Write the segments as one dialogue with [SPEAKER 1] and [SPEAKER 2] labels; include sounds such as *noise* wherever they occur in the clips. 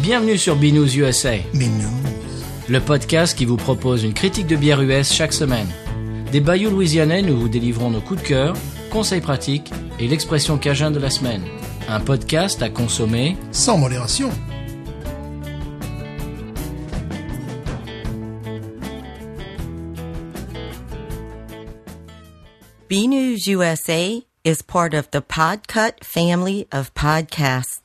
[SPEAKER 1] Bienvenue sur Binous USA,
[SPEAKER 2] Mais non.
[SPEAKER 1] le podcast qui vous propose une critique de bière US chaque semaine. Des bayous louisianais, nous vous délivrons nos coups de cœur, conseils pratiques et l'expression cajun de la semaine. Un podcast à consommer.
[SPEAKER 2] Sans modération.
[SPEAKER 3] B News USA is part of the Podcut family of podcasts.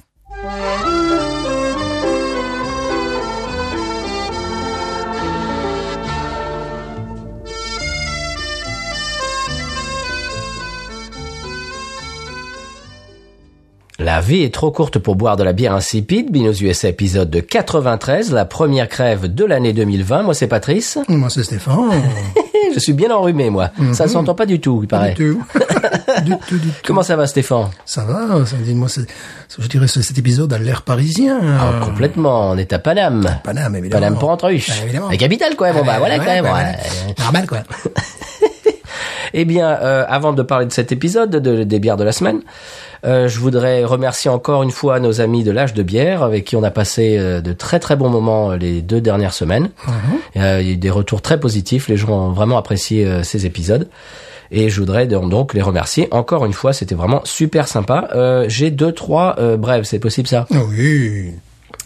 [SPEAKER 4] La vie est trop courte pour boire de la bière insipide. Binous USA épisode de 93, la première crève de l'année 2020. Moi, c'est Patrice.
[SPEAKER 2] Moi, c'est Stéphane.
[SPEAKER 4] Je suis bien enrhumé, moi. Ça ne s'entend pas du tout, il
[SPEAKER 2] Mhm. Pas
[SPEAKER 4] paraît.
[SPEAKER 2] du tout. *laughs* du tout, du tout.
[SPEAKER 4] Comment ça va, Stéphane
[SPEAKER 2] Ça va ça, Dites-moi, c'est- c'est- je dirais c'est cet épisode à l'air parisien.
[SPEAKER 4] Ah, Complètement, on est à Paname.
[SPEAKER 2] Paname, Euh, évidemment.
[SPEAKER 4] Paname pour Antruche.
[SPEAKER 2] Bah, évidemment.
[SPEAKER 4] La capitale, quoi. Bon, bah,
[SPEAKER 2] Ouais,
[SPEAKER 4] voilà,
[SPEAKER 2] ouais,
[SPEAKER 4] quand même.
[SPEAKER 2] ouais,
[SPEAKER 4] ouais.
[SPEAKER 2] ouais. Normal, quoi.
[SPEAKER 4] Eh bien, euh, avant de parler de cet épisode de, des bières de la semaine, euh, je voudrais remercier encore une fois nos amis de l'âge de bière avec qui on a passé euh, de très très bons moments euh, les deux dernières semaines.
[SPEAKER 2] Mhm.
[SPEAKER 4] Euh, il y a eu des retours très positifs, les gens ont vraiment apprécié euh, ces épisodes. Et je voudrais donc donc les remercier encore une fois, c'était vraiment super sympa. Euh, J'ai deux, trois euh, brèves, c'est possible ça
[SPEAKER 2] Oui.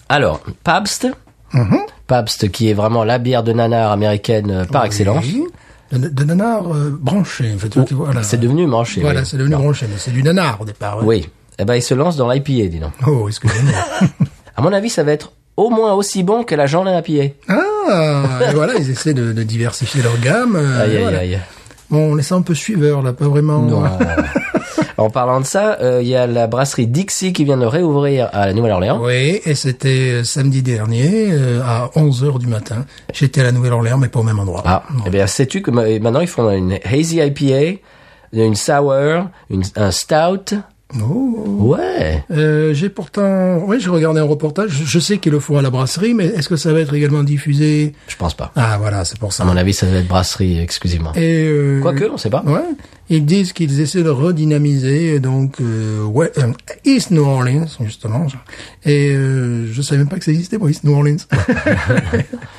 [SPEAKER 4] Alors, Pabst,
[SPEAKER 2] Mhm.
[SPEAKER 4] Pabst qui est vraiment la bière de nanar américaine euh, par excellence. Oh,
[SPEAKER 2] Oui. De, de nanar euh, branché, en fait. voilà.
[SPEAKER 4] C'est devenu manche.
[SPEAKER 2] Voilà, c'est devenu branché, mais c'est du nanar au départ. ouais.
[SPEAKER 4] Oui. Eh ben, il se lance dans l'IPA, dis donc.
[SPEAKER 2] Oh, excusez-moi.
[SPEAKER 4] *laughs* À mon avis, ça va être au moins aussi bon que la Jean IPA.
[SPEAKER 2] ah, et voilà, ils essaient de, de diversifier leur gamme. euh,
[SPEAKER 4] Aïe, aïe,
[SPEAKER 2] voilà.
[SPEAKER 4] aïe.
[SPEAKER 2] Bon, on est un peu suiveur, là, pas vraiment. *laughs*
[SPEAKER 4] Non. en parlant de ça, euh, il y a la brasserie Dixie qui vient de réouvrir à la Nouvelle-Orléans.
[SPEAKER 2] Oui, et c'était euh, samedi dernier euh, à 11h du matin. J'étais à la Nouvelle-Orléans, mais pas au même endroit.
[SPEAKER 4] Ah,
[SPEAKER 2] Non.
[SPEAKER 4] eh bien, sais-tu que ma- maintenant ils font une hazy IPA, une sour, une, un stout.
[SPEAKER 2] Oh.
[SPEAKER 4] Ouais.
[SPEAKER 2] Euh, J'ai pourtant... Oui, j'ai regardé un reportage. Je, je sais qu'ils le font à la brasserie, mais est-ce que ça va être également diffusé
[SPEAKER 4] Je pense pas.
[SPEAKER 2] Ah, voilà, c'est pour ça.
[SPEAKER 4] À mon avis, ça doit être brasserie exclusivement.
[SPEAKER 2] Et euh,
[SPEAKER 4] Quoique, on sait pas.
[SPEAKER 2] Ouais, ils disent qu'ils essaient de redynamiser, donc euh, ouais, euh, East New Orleans, justement. Et euh, je savais même pas que ça existait, moi, East New Orleans.
[SPEAKER 4] *laughs*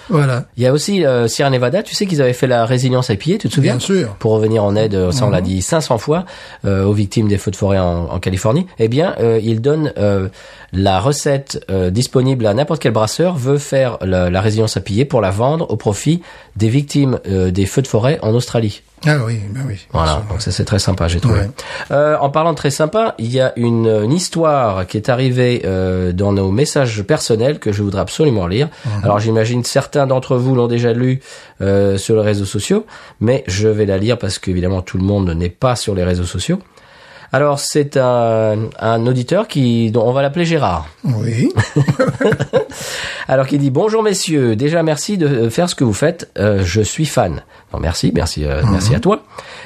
[SPEAKER 2] voilà.
[SPEAKER 4] Il y a aussi euh, Sierra Nevada, tu sais qu'ils avaient fait la résilience IPA, tu te souviens
[SPEAKER 2] Bien sûr.
[SPEAKER 4] Pour revenir en aide, euh, ça on l'a dit 500 fois, euh, aux victimes des feux de forêt en, en Californie. Eh bien, euh, ils donnent euh, la recette euh, disponible à n'importe quel brasseur veut faire la, la résilience IPA pour la vendre au profit des victimes euh, des feux de forêt en Australie.
[SPEAKER 2] Ah oui, ben oui.
[SPEAKER 4] Voilà, donc ça c'est très sympa, j'ai trouvé.
[SPEAKER 2] Ouais.
[SPEAKER 4] Euh, en parlant de très sympa, il y a une, une histoire qui est arrivée euh, dans nos messages personnels que je voudrais absolument lire. Alors j'imagine certains d'entre vous l'ont déjà lu euh, sur les réseaux sociaux, mais je vais la lire parce qu'évidemment tout le monde n'est pas sur les réseaux sociaux. Alors c'est un, un auditeur qui, dont on va l'appeler Gérard.
[SPEAKER 2] Oui.
[SPEAKER 4] Alors qui dit bonjour messieurs, déjà merci de faire ce que vous faites, Euh, je suis fan. Non merci, merci, euh, merci à toi.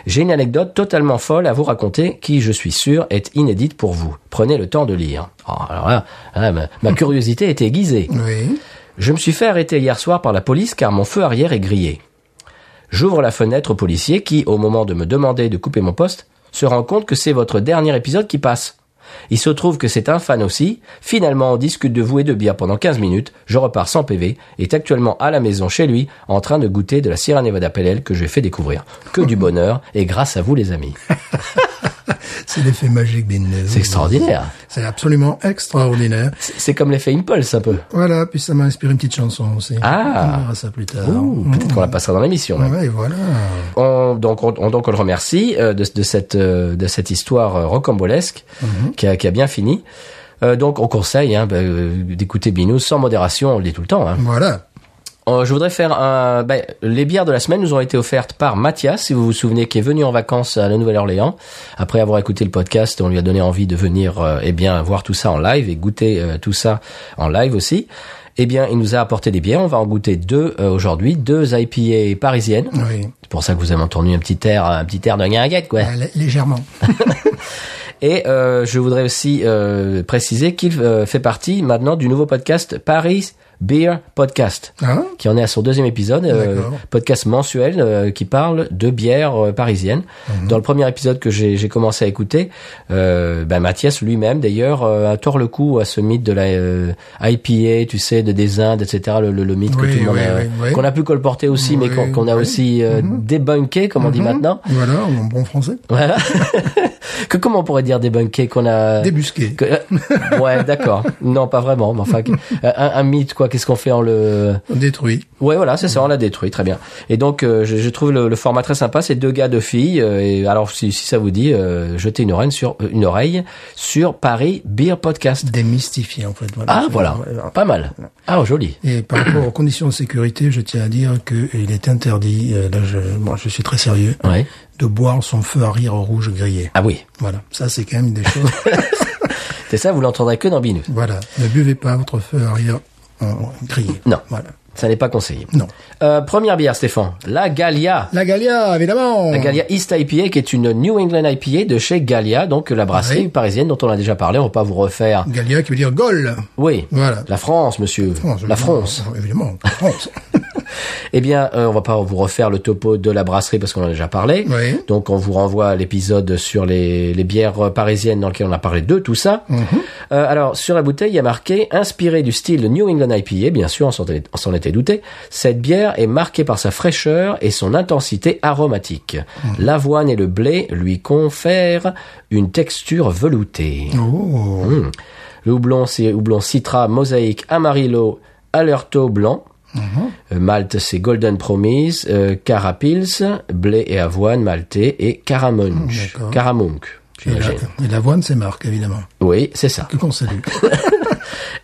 [SPEAKER 4] J'ai une anecdote totalement folle à vous raconter qui, je suis sûr, est inédite pour vous. Prenez le temps de lire. Oh, alors là, là, ma, ma curiosité est aiguisée.
[SPEAKER 2] Oui.
[SPEAKER 4] Je me suis fait arrêter hier soir par la police car mon feu arrière est grillé. J'ouvre la fenêtre au policier qui, au moment de me demander de couper mon poste, se rend compte que c'est votre dernier épisode qui passe. Il se trouve que c'est un fan aussi. Finalement, on discute de vous et de bière pendant 15 minutes. Je repars sans PV, est actuellement à la maison chez lui, en train de goûter de la Sierra Nevada Pellel que j'ai fait découvrir. Que du bonheur, et grâce à vous les amis.
[SPEAKER 2] C'est l'effet magique Binder.
[SPEAKER 4] C'est extraordinaire.
[SPEAKER 2] C'est absolument extraordinaire.
[SPEAKER 4] C'est c'est comme l'effet Impulse un peu.
[SPEAKER 2] Voilà, puis ça m'a inspiré une petite chanson aussi.
[SPEAKER 4] Ah.
[SPEAKER 2] On verra ça plus tard. Mmh.
[SPEAKER 4] Ouh, Peut-être qu'on la passera dans l'émission. même.
[SPEAKER 2] Ouais, voilà.
[SPEAKER 4] On, donc, on, on- donc on le remercie euh, de, de cette, euh, de cette histoire euh, rocambolesque qui, a, qui a bien fini. Euh, donc on conseille hein, bah, euh, d'écouter Binous sans modération, on le dit tout le temps. hein.
[SPEAKER 2] Voilà.
[SPEAKER 4] Euh, je voudrais faire un... bah, les bières de la semaine nous ont été offertes par Mathias, si vous vous souvenez, qui est venu en vacances à la Nouvelle-Orléans. Après avoir écouté le podcast, on lui a donné envie de venir euh, eh bien voir tout ça en live et goûter euh, tout ça en live aussi. Eh bien, il nous a apporté des bières. On va en goûter deux euh, aujourd'hui, deux IPA parisiennes.
[SPEAKER 2] Oui.
[SPEAKER 4] C'est pour ça que vous avez entendu un petit air, un petit air de guinguette, quoi.
[SPEAKER 2] Ah, lé- Légèrement.
[SPEAKER 4] Et euh, je voudrais aussi euh, préciser qu'il euh, fait partie maintenant du nouveau podcast Paris Beer Podcast,
[SPEAKER 2] Hein
[SPEAKER 4] qui en est à son deuxième épisode, euh,
[SPEAKER 2] D'accord.
[SPEAKER 4] podcast mensuel euh, qui parle de bière euh, parisienne.
[SPEAKER 2] Mhm.
[SPEAKER 4] Dans le premier épisode que j'ai j'ai commencé à écouter, euh, ben Mathias lui-même d'ailleurs euh, a tort le coup à ce mythe de la euh, IPA, tu sais, de des Indes, etc. Le, le- le mythe que
[SPEAKER 2] Oui,
[SPEAKER 4] tout le monde
[SPEAKER 2] oui,
[SPEAKER 4] a-
[SPEAKER 2] oui, oui.
[SPEAKER 4] qu'on a pu colporter aussi, mais qu'on
[SPEAKER 2] Oui,
[SPEAKER 4] qu'on a
[SPEAKER 2] oui. Mhm.
[SPEAKER 4] aussi euh, débunké, comme on dit maintenant.
[SPEAKER 2] Voilà, en bon français.
[SPEAKER 4] Voilà. *laughs* que comment on pourrait dire débunké qu'on a
[SPEAKER 2] Débusqué.
[SPEAKER 4] que- euh, ouais, d'accord. Non, pas vraiment. Mais enfin, que- euh, un, un mythe, quoi. Qu'est-ce qu'on fait en le...
[SPEAKER 2] Détruit.
[SPEAKER 4] Ouais, voilà, c'est ça, on l'a détruit. Très bien. Et donc, euh, je, je trouve le, le format très sympa. C'est deux gars, deux filles. euh, et alors, si, si ça vous dit, euh, jetez une oreille, sur, euh, une oreille sur Paris Beer Podcast.
[SPEAKER 2] Démystifié, en fait. Voilà,
[SPEAKER 4] Ah,
[SPEAKER 2] C'est-
[SPEAKER 4] voilà. Pas mal. Ah, joli.
[SPEAKER 2] Et par rapport aux conditions de sécurité, je tiens à dire qu'il est interdit, euh, là je, moi je suis très sérieux,
[SPEAKER 4] Ouais.
[SPEAKER 2] de boire son feu à rire rouge grillé.
[SPEAKER 4] Ah oui.
[SPEAKER 2] Voilà, ça c'est quand même des choses.
[SPEAKER 4] C'est ça, vous l'entendrez que dans Binous.
[SPEAKER 2] voilà, ne buvez pas votre feu à rire euh, grillé.
[SPEAKER 4] Non.
[SPEAKER 2] Voilà.
[SPEAKER 4] Ça n'est pas conseillé.
[SPEAKER 2] Non.
[SPEAKER 4] Euh, première bière, Stéphane. La Galia.
[SPEAKER 2] La Galia, évidemment
[SPEAKER 4] La Galia East IPA, qui est une New England IPA de chez Galia, donc euh, la brasserie
[SPEAKER 2] Ah Oui. Mm.
[SPEAKER 4] parisienne dont on a déjà parlé. On va pas vous refaire.
[SPEAKER 2] Galia qui veut dire Gaule.
[SPEAKER 4] Oui.
[SPEAKER 2] Voilà.
[SPEAKER 4] La France, monsieur.
[SPEAKER 2] France,
[SPEAKER 4] La
[SPEAKER 2] évidemment.
[SPEAKER 4] France.
[SPEAKER 2] Évidemment,
[SPEAKER 4] *laughs*
[SPEAKER 2] la France.
[SPEAKER 4] Eh bien, euh, on va pas vous refaire le topo de la brasserie parce qu'on en a déjà parlé.
[SPEAKER 2] Oui.
[SPEAKER 4] Donc, on vous renvoie à l'épisode sur les, les bières euh, parisiennes dans lequel on a parlé de tout ça. Euh, alors, sur la bouteille, il y a marqué « Inspirée du style New England IPA », bien sûr, on s'en était- on s'en était douté, cette bière est marquée par sa fraîcheur et son intensité aromatique. L'avoine et le blé lui confèrent une texture veloutée.
[SPEAKER 2] Oh,
[SPEAKER 4] Mmh. Le houblon, c'est houblon Citra, Mosaïque, Amarillo, Alerto blanc.
[SPEAKER 2] Mhm.
[SPEAKER 4] Euh, Malte, c'est Golden Promise, euh, Carapils, blé et avoine, maltais et Caramunch.
[SPEAKER 2] Mm, D'accord.
[SPEAKER 4] Caramunk,
[SPEAKER 2] et la-
[SPEAKER 4] j'imagine.
[SPEAKER 2] et l'avoine, c'est Marc, évidemment,
[SPEAKER 4] Oui, c'est ça.
[SPEAKER 2] que qu'on salue.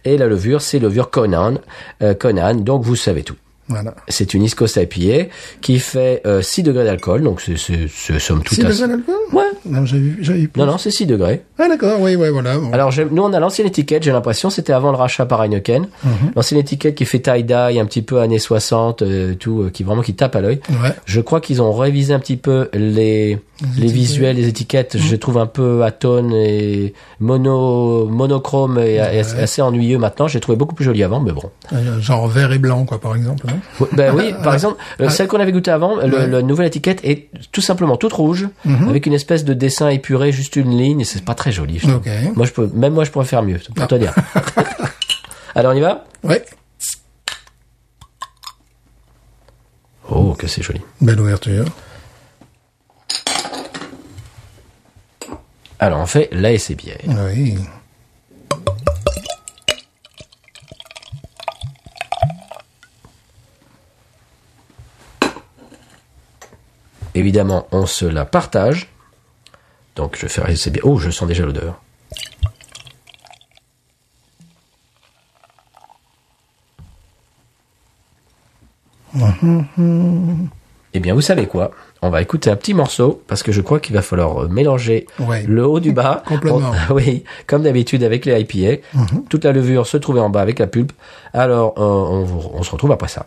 [SPEAKER 4] Et la levure, c'est levure Conan. euh, Conan, donc vous savez tout.
[SPEAKER 2] voilà.
[SPEAKER 4] C'est une East Coast IPA qui fait euh, 6 degrés d'alcool, donc c'est- c'est c'est somme toute
[SPEAKER 2] C'est
[SPEAKER 4] assez-
[SPEAKER 2] besoin d'alcool
[SPEAKER 4] Ouais.
[SPEAKER 2] Non, j'avais vu, j'avais plus.
[SPEAKER 4] Non, non, c'est 6 degrés.
[SPEAKER 2] Ah d'accord, oui, oui, voilà. bon.
[SPEAKER 4] Alors, j'aime- nous, on a l'ancienne étiquette, j'ai l'impression, c'était avant le rachat par Heineken. L'ancienne étiquette qui fait tie-dye, un petit peu années 60, euh, tout, euh, qui vraiment qui tape à l'œil.
[SPEAKER 2] ouais.
[SPEAKER 4] Je crois qu'ils ont révisé un petit peu les, les
[SPEAKER 2] étiquettes.
[SPEAKER 4] visuels, les étiquettes. Je les trouve un peu atone et mono, monochrome et, et assez- assez ennuyeux maintenant. J'ai trouvé beaucoup plus joli avant, mais bon.
[SPEAKER 2] Euh, Genre vert et blanc, quoi, par exemple. hein.
[SPEAKER 4] Ouais, Ben oui, par exemple, euh, celle qu'on avait goûtée avant, le,
[SPEAKER 2] Ouais.
[SPEAKER 4] la nouvelle étiquette est tout simplement toute rouge, avec une espèce de dessin épuré, juste une ligne, et c'est pas très joli. je trouve.
[SPEAKER 2] Ok.
[SPEAKER 4] Moi, je peux, même moi, je pourrais faire mieux, pour te dire. Alors, on y va
[SPEAKER 2] Ouais.
[SPEAKER 4] Oh, que c'est joli.
[SPEAKER 2] Belle ouverture.
[SPEAKER 4] Alors, on fait la et bière.
[SPEAKER 2] Oui.
[SPEAKER 4] Évidemment, on se la partage. Donc, je fais la SCBA. Oh, je sens déjà l'odeur. Eh bien, vous savez quoi On va écouter un petit morceau parce que je crois qu'il va falloir euh, mélanger
[SPEAKER 2] Ouais.
[SPEAKER 4] le haut du bas.
[SPEAKER 2] *laughs* Complètement. Mhm.
[SPEAKER 4] On- *laughs* oui, comme d'habitude avec les IPA. Toute la levure se trouvait en bas avec la pulpe. Alors, euh, on, vous- on se retrouve après ça.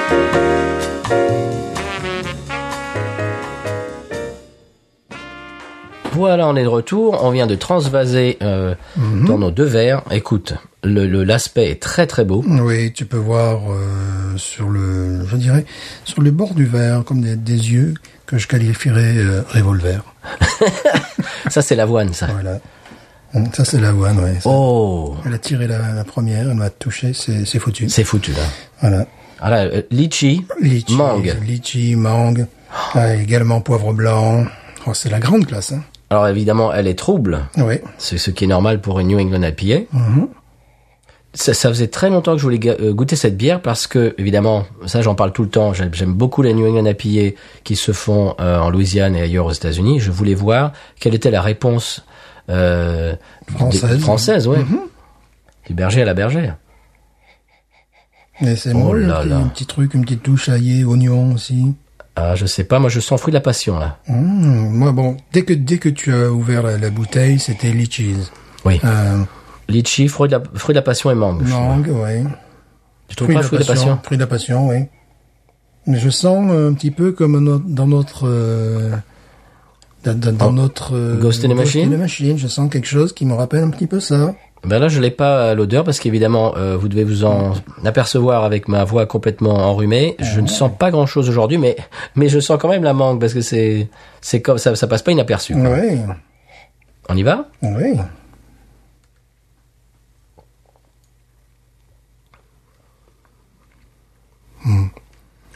[SPEAKER 4] Voilà, on est de retour. On vient de transvaser euh, dans nos deux verres. Écoute, le le- l'aspect est très très beau.
[SPEAKER 2] Oui, tu peux voir euh, sur le, je dirais, sur les bords du verre, comme des, des yeux que je qualifierais euh, revolver.
[SPEAKER 4] Ça, c'est l'avoine, ça.
[SPEAKER 2] Voilà. Hum, Ça, c'est l'avoine, ouais. Ça,
[SPEAKER 4] Oh,
[SPEAKER 2] Elle a tiré la, la première, elle m'a touché, c'est c'est foutu.
[SPEAKER 4] c'est foutu là.
[SPEAKER 2] Voilà.
[SPEAKER 4] Ah là, euh, litchi,
[SPEAKER 2] Litchi,
[SPEAKER 4] mangue.
[SPEAKER 2] Litchi, mangue. Ah, également poivre blanc. Oh, c'est la grande classe, hein.
[SPEAKER 4] Alors évidemment, elle est trouble.
[SPEAKER 2] Oui.
[SPEAKER 4] C'est ce qui est normal pour une New England IPA. ça, ça faisait très longtemps que je voulais ga- euh, goûter cette bière parce que, évidemment, ça j'en parle tout le temps, j'aime j'aime beaucoup les New England IPA qui se font euh, en Louisiane et ailleurs aux États-Unis. Je voulais voir quelle était la réponse euh, des-
[SPEAKER 2] Française.
[SPEAKER 4] Mhm. française, ouais. Du berger à la bergère.
[SPEAKER 2] Mais c'est
[SPEAKER 4] Oh
[SPEAKER 2] moi,
[SPEAKER 4] là là.
[SPEAKER 2] un petit truc, une petite touche aillée, oignon aussi.
[SPEAKER 4] Ah, je sais pas, moi je sens fruit de la passion là.
[SPEAKER 2] Mmh, moi, bon, dès que, dès que tu as ouvert la, la bouteille, c'était litchis.
[SPEAKER 4] Oui.
[SPEAKER 2] Euh,
[SPEAKER 4] Litchi, fruit de la, fruit de la passion et mangue. je trouve.
[SPEAKER 2] mangue, ouais.
[SPEAKER 4] Tu trouves pas fruit de la passion
[SPEAKER 2] Fruit de la passion, oui. Mais je sens euh, un petit peu comme no- dans notre... euh, dans, dans- dans
[SPEAKER 4] Oh.
[SPEAKER 2] notre... euh,
[SPEAKER 4] Ghost in the Machine
[SPEAKER 2] in the Machine, je sens quelque chose qui me rappelle un petit peu ça.
[SPEAKER 4] Ben là, je l'ai pas à l'odeur parce qu'évidemment, euh, vous devez vous en apercevoir avec ma voix complètement enrhumée. Je ne sens pas grand chose aujourd'hui, mais mais je sens quand même la mangue parce que c'est c'est comme ça, ça passe pas inaperçu.
[SPEAKER 2] Oui,
[SPEAKER 4] On y va
[SPEAKER 2] oui.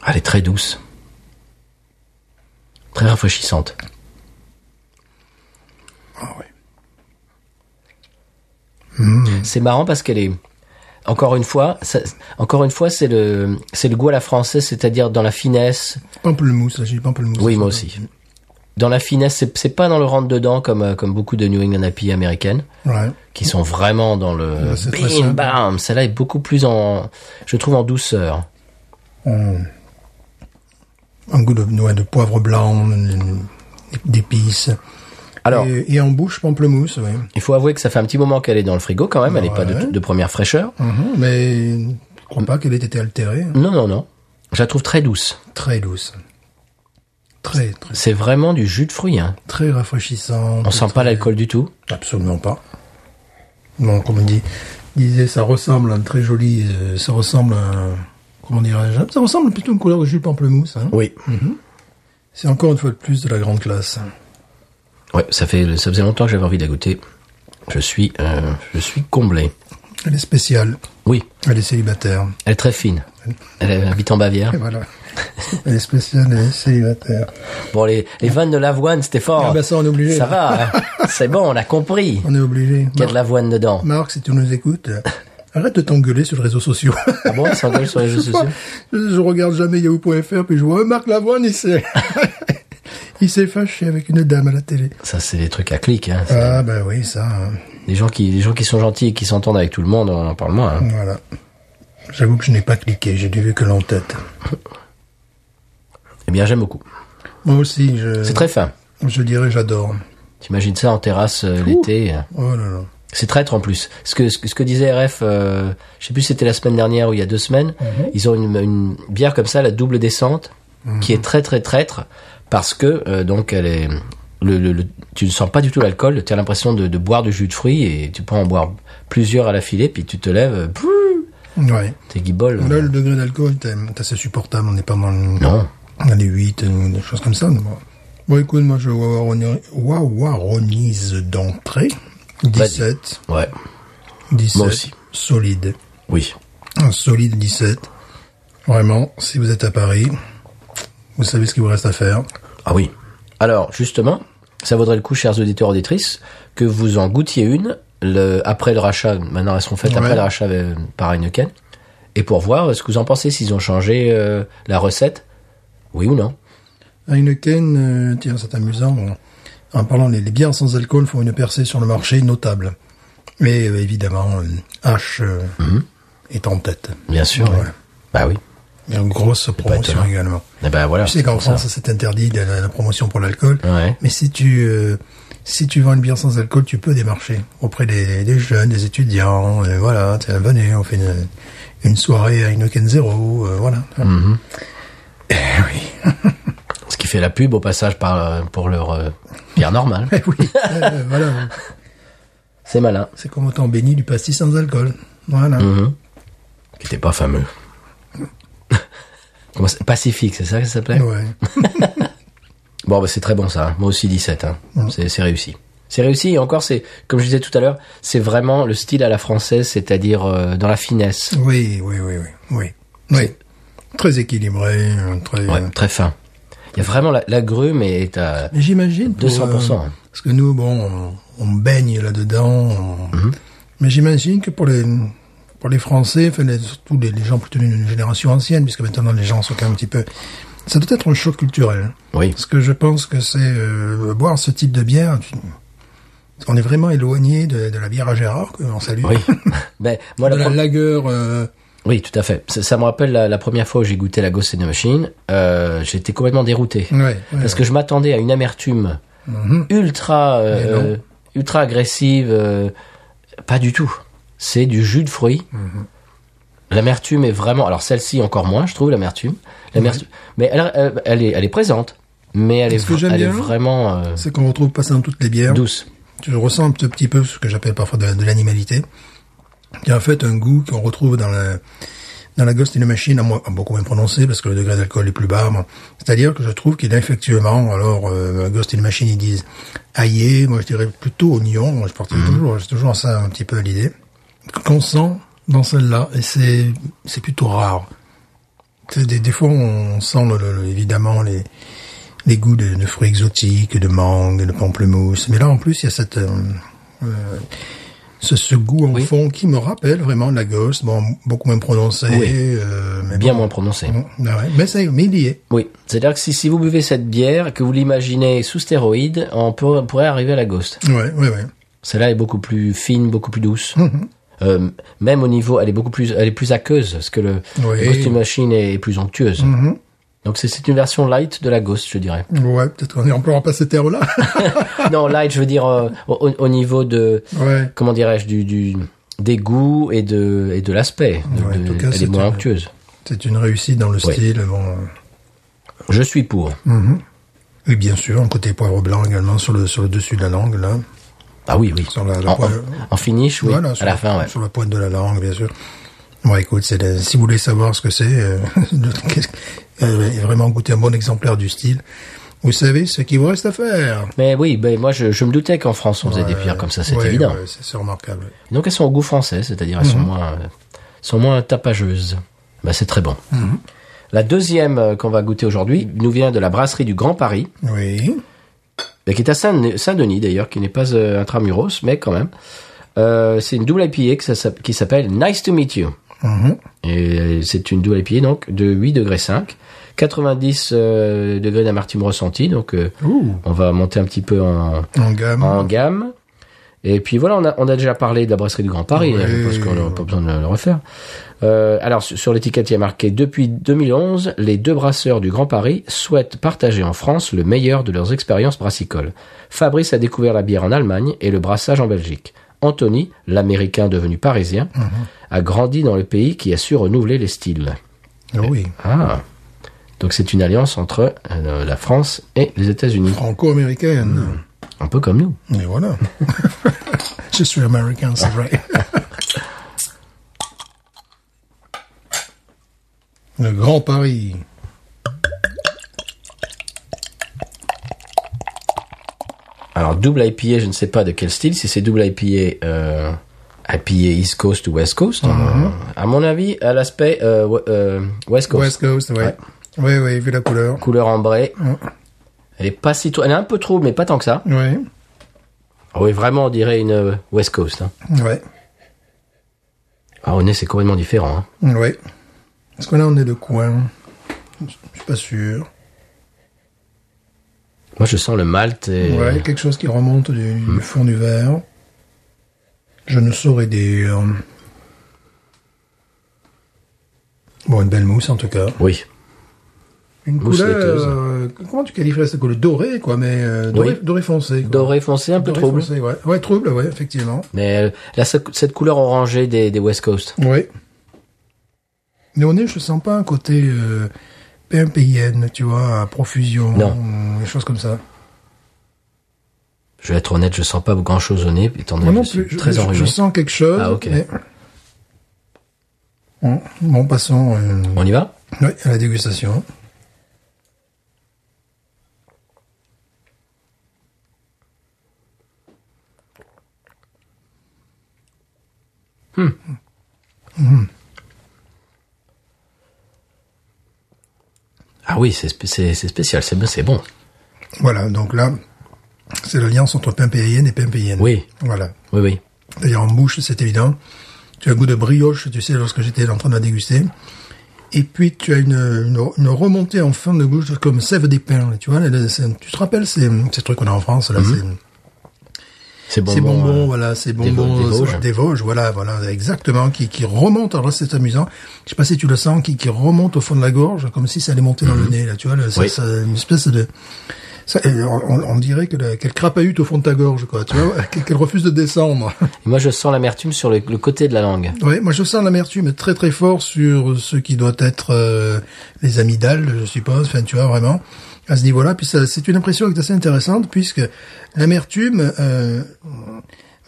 [SPEAKER 4] Elle est très douce, très rafraîchissante. Hmm. C'est marrant parce qu'elle est encore une fois, ça- encore une fois, c'est le c'est le goût à la française, c'est-à-dire dans la finesse,
[SPEAKER 2] Pamplemousse, là, j'ai dit pamplemousse.
[SPEAKER 4] Oui, moi aussi. Dans la finesse, c'est- c'est pas dans le rentre dedans comme euh, comme beaucoup de New England Happy américaines
[SPEAKER 2] Ouais.
[SPEAKER 4] qui sont vraiment dans le
[SPEAKER 2] Ouais, c'est très
[SPEAKER 4] bim
[SPEAKER 2] simple.
[SPEAKER 4] bam. Celle-là est beaucoup plus en, je trouve en douceur.
[SPEAKER 2] Un goût de, ouais, de poivre blanc, euh, d'épices.
[SPEAKER 4] Alors,
[SPEAKER 2] et, et en bouche, pamplemousse, oui.
[SPEAKER 4] il faut avouer que ça fait un petit moment qu'elle est dans le frigo quand même. Elle n'est pas de,
[SPEAKER 2] Ouais.
[SPEAKER 4] de première fraîcheur.
[SPEAKER 2] Mhm, mais je crois pas qu'elle ait été altérée. hein.
[SPEAKER 4] Non, non, non. Je la trouve très douce.
[SPEAKER 2] Très douce. Très, très,
[SPEAKER 4] C'est vraiment du jus de fruits. Hein.
[SPEAKER 2] très rafraîchissante.
[SPEAKER 4] On sent pas l'alcool du tout.
[SPEAKER 2] Absolument pas. Non, comme on dit, disait, ça ressemble à un très joli, euh, ça ressemble à, un- comment dirais-je, ça ressemble plutôt à une couleur de jus de pamplemousse. hein.
[SPEAKER 4] Oui.
[SPEAKER 2] C'est encore une fois de plus de la grande classe.
[SPEAKER 4] Ouais, ça fait, ça faisait longtemps que j'avais envie de la goûter. Je suis, euh, je suis comblé.
[SPEAKER 2] Elle est spéciale.
[SPEAKER 4] Oui,
[SPEAKER 2] Elle est célibataire.
[SPEAKER 4] elle est très fine. Elle habite en Bavière.
[SPEAKER 2] Et voilà. Elle est spéciale, elle est célibataire.
[SPEAKER 4] Bon, les, les vannes de l'avoine, c'était fort.
[SPEAKER 2] Ah bah ça, on est obligé,
[SPEAKER 4] Ça
[SPEAKER 2] là. *laughs*
[SPEAKER 4] va, hein. c'est bon, on a compris
[SPEAKER 2] On est obligé.
[SPEAKER 4] qu'il y a de
[SPEAKER 2] Mar-
[SPEAKER 4] l'avoine dedans.
[SPEAKER 2] Marc, si tu nous écoutes, euh, arrête de t'engueuler sur les réseaux sociaux. *laughs*
[SPEAKER 4] Ah bon, il s'engueule sur les réseaux
[SPEAKER 2] Je sais pas.
[SPEAKER 4] sociaux
[SPEAKER 2] *laughs* Je je regarde jamais yahoo.fr puis je vois euh, Marc Lavoine il s'est *laughs* il s'est fâché avec une dame à la télé.
[SPEAKER 4] Ça, c'est des trucs à clic. Hein. C'est
[SPEAKER 2] Ah bah oui ça hein.
[SPEAKER 4] Les, gens qui, les gens qui sont gentils et qui s'entendent avec tout le monde, on en parle moins. hein.
[SPEAKER 2] voilà. J'avoue que je n'ai pas cliqué, j'ai vu que l'entête.
[SPEAKER 4] Eh bien, j'aime beaucoup.
[SPEAKER 2] Moi aussi je
[SPEAKER 4] C'est très fin.
[SPEAKER 2] je dirais j'adore.
[SPEAKER 4] T'imagines ça en terrasse euh, l'été euh.
[SPEAKER 2] Oh là là.
[SPEAKER 4] C'est traître en plus. Ce que, ce que, ce que disait RF, euh, je sais plus si c'était la semaine dernière ou il y a deux semaines, ils ont une, une bière comme ça, la double descente, qui est très très traître parce que euh, donc elle est, le, le- le- tu ne sens pas du tout l'alcool, tu as l'impression de, de boire du jus de fruits et tu peux en boire plusieurs à la filée, puis tu te lèves, euh, pff,
[SPEAKER 2] Ouais.
[SPEAKER 4] t'es guibole.
[SPEAKER 2] Là le degré d'alcool est assez supportable, on n'est pas dans le-
[SPEAKER 4] Non.
[SPEAKER 2] dans les 8 ou des choses comme ça. mais Bon, Bon, écoute moi je wawaroni- wawaronise d'entrée 17
[SPEAKER 4] Ouais.
[SPEAKER 2] 17
[SPEAKER 4] Moi aussi.
[SPEAKER 2] solide.
[SPEAKER 4] Oui.
[SPEAKER 2] Un solide 17. Vraiment, si vous êtes à Paris, vous savez ce qu'il vous reste à faire.
[SPEAKER 4] Ah oui. Alors, justement, ça vaudrait le coup, chers auditeurs auditrices, que vous en goûtiez une le, après le rachat. Maintenant, elles seront faites après
[SPEAKER 2] Ouais.
[SPEAKER 4] le rachat euh, par Heineken. Et pour voir euh, ce que vous en pensez, s'ils ont changé euh, la recette, oui ou non.
[SPEAKER 2] Heineken, euh, tiens, c'est amusant. bon. En parlant, les, les bières sans alcool font une percée sur le marché notable. Mais euh, évidemment, euh, H euh, est en tête.
[SPEAKER 4] Mhm. Bien sûr.
[SPEAKER 2] Ouais.
[SPEAKER 4] ouais. Bah oui.
[SPEAKER 2] Il y a une grosse promotion
[SPEAKER 4] étonnant.
[SPEAKER 2] également.
[SPEAKER 4] Eh ben voilà.
[SPEAKER 2] Tu sais qu'en
[SPEAKER 4] c'est pour
[SPEAKER 2] France, c'est interdit la, la- la promotion pour l'alcool.
[SPEAKER 4] Ouais.
[SPEAKER 2] Mais si tu euh, si tu vends une bière sans alcool, tu peux démarcher auprès des, des jeunes, des étudiants. euh, voilà, tiens, venez, on fait une, une soirée à Heineken Zero. euh, voilà.
[SPEAKER 4] ça. Ce qui fait la pub au passage par, euh, pour leur euh, bière normale.
[SPEAKER 2] Eh *laughs* oui, euh, voilà.
[SPEAKER 4] C'est malin.
[SPEAKER 2] C'est comme autant béni du pastis sans alcool. Voilà.
[SPEAKER 4] Qui n'était pas fameux. *laughs* Comment c'est- Pacifique, c'est ça que ça s'appelait
[SPEAKER 2] Ouais.
[SPEAKER 4] Bon, bah, c'est très bon ça. hein. Moi aussi 17. Hein. C'est c'est réussi. C'est réussi et encore, c'est comme je disais tout à l'heure, c'est vraiment le style à la française, c'est-à-dire euh, dans la finesse.
[SPEAKER 2] Oui, oui, oui, oui, oui, oui. Très équilibré, euh, très.
[SPEAKER 4] Ouais,
[SPEAKER 2] euh,
[SPEAKER 4] très fin. Il y a vraiment la, la grume et est à
[SPEAKER 2] mais J'imagine. pour,
[SPEAKER 4] 200%.
[SPEAKER 2] euh, parce que nous, bon, on, on baigne là-dedans. on- Mais j'imagine que pour les pour les Français, enfin, les- surtout les, les gens plutôt d'une génération ancienne, puisque maintenant les gens sont quand même un petit peu. Ça doit être un choc culturel. hein.
[SPEAKER 4] Oui.
[SPEAKER 2] Parce que je pense que c'est euh, boire ce type de bière. tu- On est *laughs* vraiment éloigné de, de la bière à Gérard, que on salue.
[SPEAKER 4] Oui. ben moi
[SPEAKER 2] de
[SPEAKER 4] la,
[SPEAKER 2] la
[SPEAKER 4] pro-
[SPEAKER 2] lagueur euh,
[SPEAKER 4] Oui, tout à fait. Ça, ça me rappelle la, la première fois où j'ai goûté la Ghost in the Machine. Euh, J'étais complètement dérouté.
[SPEAKER 2] Ouais, ouais.
[SPEAKER 4] Parce que je m'attendais à une amertume
[SPEAKER 2] Mhm.
[SPEAKER 4] ultra, euh,
[SPEAKER 2] Mais non.
[SPEAKER 4] euh, ultra agressive. euh, pas du tout. C'est du jus de fruits.
[SPEAKER 2] Mhm.
[SPEAKER 4] L'amertume est vraiment. Alors celle-ci encore moins, je trouve l'amertume. L'amertume. Mais elle, elle, elle est, elle est présente. Mais elle est,
[SPEAKER 2] Ce que
[SPEAKER 4] vra-
[SPEAKER 2] j'aime
[SPEAKER 4] elle est
[SPEAKER 2] bien,
[SPEAKER 4] vraiment euh,
[SPEAKER 2] C'est qu'on retrouve pas ça dans toutes les bières.
[SPEAKER 4] douce.
[SPEAKER 2] Tu ressens un petit petit peu ce que j'appelle parfois de, de l'animalité. Il y a en fait un goût qu'on retrouve dans la, dans la Ghost in the Machine, à, moins- à beaucoup moins prononcé parce que le degré d'alcool est plus bas. moi. C'est-à-dire que je trouve qu'il est effectivement, alors euh, la Ghost in the Machine ils disent aillé, moi je dirais plutôt oignon, moi je portais toujours, j'ai toujours ça un petit peu à l'idée. Qu'on sent dans celle-là, et c'est, c'est plutôt rare. C'est Des, des fois on sent le- le- le- évidemment les, les goûts de, de fruits exotiques, de mangue, de pamplemousse. Mais là, en plus, il y a cette, euh, euh, ce, ce goût en
[SPEAKER 4] Oui.
[SPEAKER 2] fond qui me rappelle vraiment la gosse. Bon, beaucoup moins prononcé.
[SPEAKER 4] Oui.
[SPEAKER 2] euh, mais
[SPEAKER 4] Bien
[SPEAKER 2] bon.
[SPEAKER 4] moins prononcée.
[SPEAKER 2] Bon, ah ouais. Mais ça, mais il y est.
[SPEAKER 4] Oui, c'est-à-dire que si, si vous buvez cette bière, que vous l'imaginez sous stéroïde, on, peut- on pourrait arriver à la Ghost.
[SPEAKER 2] Ouais, ouais, ouais.
[SPEAKER 4] Celle-là est beaucoup plus fine, beaucoup plus douce.
[SPEAKER 2] Mhm.
[SPEAKER 4] Euh, même au niveau, elle est beaucoup plus, elle est plus aqueuse, parce que le
[SPEAKER 2] Oui.
[SPEAKER 4] le Ghost in Machine est plus onctueuse.
[SPEAKER 2] Mhm.
[SPEAKER 4] Donc c'est- c'est une version light de la Ghost, je dirais. *laughs*
[SPEAKER 2] Ouais, peut-être qu'on n'emploiera pas ces termes-là.
[SPEAKER 4] non, light, je veux dire euh, au, au niveau de,
[SPEAKER 2] ouais.
[SPEAKER 4] comment dirais-je, du, du des goûts et de et de l'aspect. De-
[SPEAKER 2] Ouais, en
[SPEAKER 4] de-
[SPEAKER 2] tout cas,
[SPEAKER 4] elle
[SPEAKER 2] c'est
[SPEAKER 4] est moins
[SPEAKER 2] une-
[SPEAKER 4] onctueuse.
[SPEAKER 2] C'est une réussite dans le
[SPEAKER 4] Ouais.
[SPEAKER 2] style. Bon.
[SPEAKER 4] Je suis pour.
[SPEAKER 2] Mhm. Et bien sûr, un côté poivre blanc également sur le, sur le dessus de la langue, là.
[SPEAKER 4] Ah oui, oui.
[SPEAKER 2] Sur la, la
[SPEAKER 4] En, en-
[SPEAKER 2] poivre-
[SPEAKER 4] en finish, oui.
[SPEAKER 2] Voilà,
[SPEAKER 4] à
[SPEAKER 2] sur,
[SPEAKER 4] la fin, ouais.
[SPEAKER 2] sur la pointe de la langue, bien sûr. Bon, écoute, c'est la- si vous voulez savoir ce que c'est, euh, *laughs* de- qu'est-ce que- euh, et vraiment goûter un bon exemplaire du style, vous savez ce qu'il vous reste à faire.
[SPEAKER 4] Mais oui, ben moi je, je me doutais qu'en France on faisait des bières comme ça, c'est
[SPEAKER 2] Ouais,
[SPEAKER 4] évident.
[SPEAKER 2] ouais, c'est c'est remarquable.
[SPEAKER 4] Donc elles sont au goût français, c'est-à-dire elles sont moins euh, sont moins tapageuses. Ben, c'est très bon. La deuxième euh, qu'on va goûter aujourd'hui nous vient de la brasserie du Grand Paris,
[SPEAKER 2] Oui.
[SPEAKER 4] ben, qui est à Saint- Saint-Denis d'ailleurs, qui n'est pas euh, intramuros, mais quand même. Euh, c'est une double IPA que ça s'app- qui s'appelle Nice to Meet You.
[SPEAKER 2] Mhm.
[SPEAKER 4] Et euh, c'est une double IPA donc de 8 degrés 5, 90 euh, degrés d'amertume ressenti, donc euh,
[SPEAKER 2] Ouh.
[SPEAKER 4] on va monter un petit peu en,
[SPEAKER 2] En gamme.
[SPEAKER 4] en gamme. Et puis voilà, on a, on a déjà parlé de la brasserie du Grand Paris, hein,
[SPEAKER 2] Oui.
[SPEAKER 4] je pense qu'on n'aura pas besoin de le refaire. Euh, alors sur sur l'étiquette, il y a marqué depuis 2011, les deux brasseurs du Grand Paris souhaitent partager en France le meilleur de leurs expériences brassicoles. Fabrice a découvert la bière en Allemagne et le brassage en Belgique. Anthony, l'Américain devenu parisien, a grandi dans le pays qui a su renouveler les styles.
[SPEAKER 2] Oui.
[SPEAKER 4] Ah, donc c'est une alliance entre euh, la France et les États-Unis,
[SPEAKER 2] Franco-américaine.
[SPEAKER 4] un peu comme nous.
[SPEAKER 2] Et voilà. *laughs* Je suis américain, c'est vrai. *laughs* Le Grand Paris.
[SPEAKER 4] Alors double IPA, je ne sais pas de quel style, si c'est double IPA, euh, IPA East Coast ou West Coast.
[SPEAKER 2] Mhm.
[SPEAKER 4] euh, à mon avis, à l'aspect euh, we- euh, West Coast.
[SPEAKER 2] West Coast, ouais. Oui, oui, vu la couleur.
[SPEAKER 4] Couleur ambrée. Elle est pas si trop, elle est un peu trop, mais pas tant que ça.
[SPEAKER 2] Ouais.
[SPEAKER 4] Ah oui, vraiment, on dirait une euh, West Coast. hein.
[SPEAKER 2] Ouais.
[SPEAKER 4] Ah, au nez, c'est complètement différent. hein.
[SPEAKER 2] Ouais. Est-ce que là, on est de coin Je suis pas sûr.
[SPEAKER 4] Moi, je sens le malt et Hmm.
[SPEAKER 2] Ouais, quelque chose qui remonte du, du fond du verre. Je ne saurais dire. Bon, une belle mousse en tout cas.
[SPEAKER 4] oui,
[SPEAKER 2] Une
[SPEAKER 4] Mousse
[SPEAKER 2] couleur.
[SPEAKER 4] laiteuse.
[SPEAKER 2] euh, comment tu qualifierais cette couleur Dorée, quoi, mais euh, doré,
[SPEAKER 4] Oui.
[SPEAKER 2] doré foncé. quoi.
[SPEAKER 4] doré foncé, un peu
[SPEAKER 2] Doré
[SPEAKER 4] trouble.
[SPEAKER 2] foncé, ouais. ouais, trouble, ouais, effectivement.
[SPEAKER 4] Mais euh, là, cette cette couleur orangée des, des West Coast.
[SPEAKER 2] Ouais. Mais au nez, je sens pas un côté euh, PMPN, tu vois, à profusion,
[SPEAKER 4] Non.
[SPEAKER 2] euh, des choses comme ça.
[SPEAKER 4] Je vais être honnête, je sens pas grand chose au nez, étant donné
[SPEAKER 2] Moi
[SPEAKER 4] que
[SPEAKER 2] non
[SPEAKER 4] je suis
[SPEAKER 2] plus. Je,
[SPEAKER 4] très
[SPEAKER 2] je-
[SPEAKER 4] enrhumé.
[SPEAKER 2] je sens quelque chose.
[SPEAKER 4] Ah, ok.
[SPEAKER 2] mais- Bon, bon, passons euh,
[SPEAKER 4] On y va
[SPEAKER 2] ouais, à la dégustation.
[SPEAKER 4] Ah oui, c'est spé- c'est- c'est spécial, c'est bon, c'est bon.
[SPEAKER 2] Voilà, donc là, c'est l'alliance entre PMPN et PMPN.
[SPEAKER 4] Oui.
[SPEAKER 2] Voilà.
[SPEAKER 4] Oui, oui.
[SPEAKER 2] D'ailleurs, en bouche, c'est évident. Tu as un goût de brioche, tu sais, lorsque j'étais en train de la déguster. Et puis, tu as une, une, une remontée en fin de bouche
[SPEAKER 4] Mhm.
[SPEAKER 2] comme sève des pins. là, Tu vois, là, là, c'est- tu te rappelles ces, ces trucs qu'on a en France, là, c'est-
[SPEAKER 4] C'est bon.
[SPEAKER 2] Ces bonbons, voilà, ces
[SPEAKER 4] des
[SPEAKER 2] bonbons
[SPEAKER 4] Vosges, euh, des
[SPEAKER 2] euh,
[SPEAKER 4] Vosges.
[SPEAKER 2] voilà, voilà, exactement, qui, qui remontent. Alors là, c'est amusant. Je sais pas si tu le sens, qui, qui remonte au fond de la gorge, comme si ça allait monter dans le nez, là, tu vois, là, ça,
[SPEAKER 4] Mhm. Oui.
[SPEAKER 2] ça- une espèce de, ça, euh, on, on dirait que la- qu'elle crapahute au fond de ta gorge, quoi, tu vois, *laughs* qu'elle qu'elle refuse de descendre.
[SPEAKER 4] Et moi, je sens l'amertume sur le, le côté de la langue.
[SPEAKER 2] Ouais, moi je sens l'amertume très très fort sur ce qui doit être euh, les amygdales, je suppose. Enfin, tu vois vraiment à ce niveau-là. Puis ça- c'est une impression qui est assez intéressante puisque l'amertume, euh,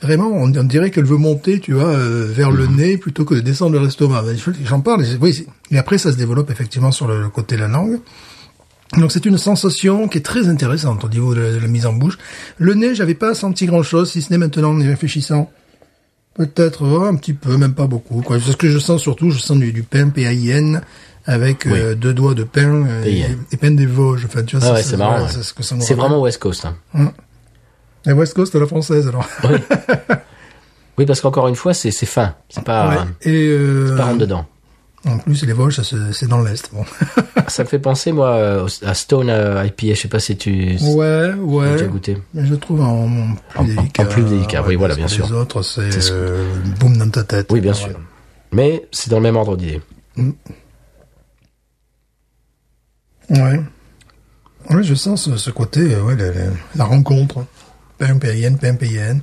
[SPEAKER 2] vraiment, on, on dirait qu'elle veut monter, tu vois, euh, vers le
[SPEAKER 4] Mhm.
[SPEAKER 2] nez plutôt que de descendre vers l'estomac. Ben, je- J'en parle. et- Oui, c'est- et après ça se développe effectivement sur le, le côté de la langue. Donc c'est une sensation qui est très intéressante au niveau de la, de la mise en bouche. Le nez, j'avais pas senti grand-chose, si ce n'est maintenant en y réfléchissant. Peut-être ouais, un petit peu, même pas beaucoup. Quoi. C'est Ce que je sens surtout, je sens du, du pain PAIN avec euh, deux doigts de pain euh, et,
[SPEAKER 4] PAIN.
[SPEAKER 2] et pain des Vosges. Enfin, tu vois,
[SPEAKER 4] Ah
[SPEAKER 2] ça,
[SPEAKER 4] ouais,
[SPEAKER 2] ça-
[SPEAKER 4] c'est marrant.
[SPEAKER 2] voilà,
[SPEAKER 4] ouais.
[SPEAKER 2] c'est ce que ça me
[SPEAKER 4] C'est
[SPEAKER 2] rappelle.
[SPEAKER 4] vraiment West Coast. hein.
[SPEAKER 2] La West Coast à la française alors.
[SPEAKER 4] Oui, parce qu'encore une fois, c'est c'est fin. C'est pas,
[SPEAKER 2] Ouais. Et euh,
[SPEAKER 4] Ah, pas rentre
[SPEAKER 2] *laughs*
[SPEAKER 4] dedans.
[SPEAKER 2] en plus les Vosges, ça se- c'est dans l'est. Bon.
[SPEAKER 4] Ça me fait penser, moi, euh, au- à Stone euh, IPA. Je sais pas si tu si
[SPEAKER 2] *laughs* ouais,
[SPEAKER 4] t'as
[SPEAKER 2] ouais.
[SPEAKER 4] déjà goûté.
[SPEAKER 2] Mais je trouve en, en plus
[SPEAKER 4] En- en- en
[SPEAKER 2] délicat.
[SPEAKER 4] plus délicat, oui, voilà,
[SPEAKER 2] parce
[SPEAKER 4] bien sûr.
[SPEAKER 2] que Les autres, c'est
[SPEAKER 4] C'est ce-
[SPEAKER 2] euh, boum dans ta tête.
[SPEAKER 4] Oui, bien
[SPEAKER 2] Voilà.
[SPEAKER 4] sûr. Mais c'est dans le même ordre d'idée.
[SPEAKER 2] Ouais. Ouais, je sens ce, ce côté, euh, ouais, la, la- la rencontre. PMPN, PMPN.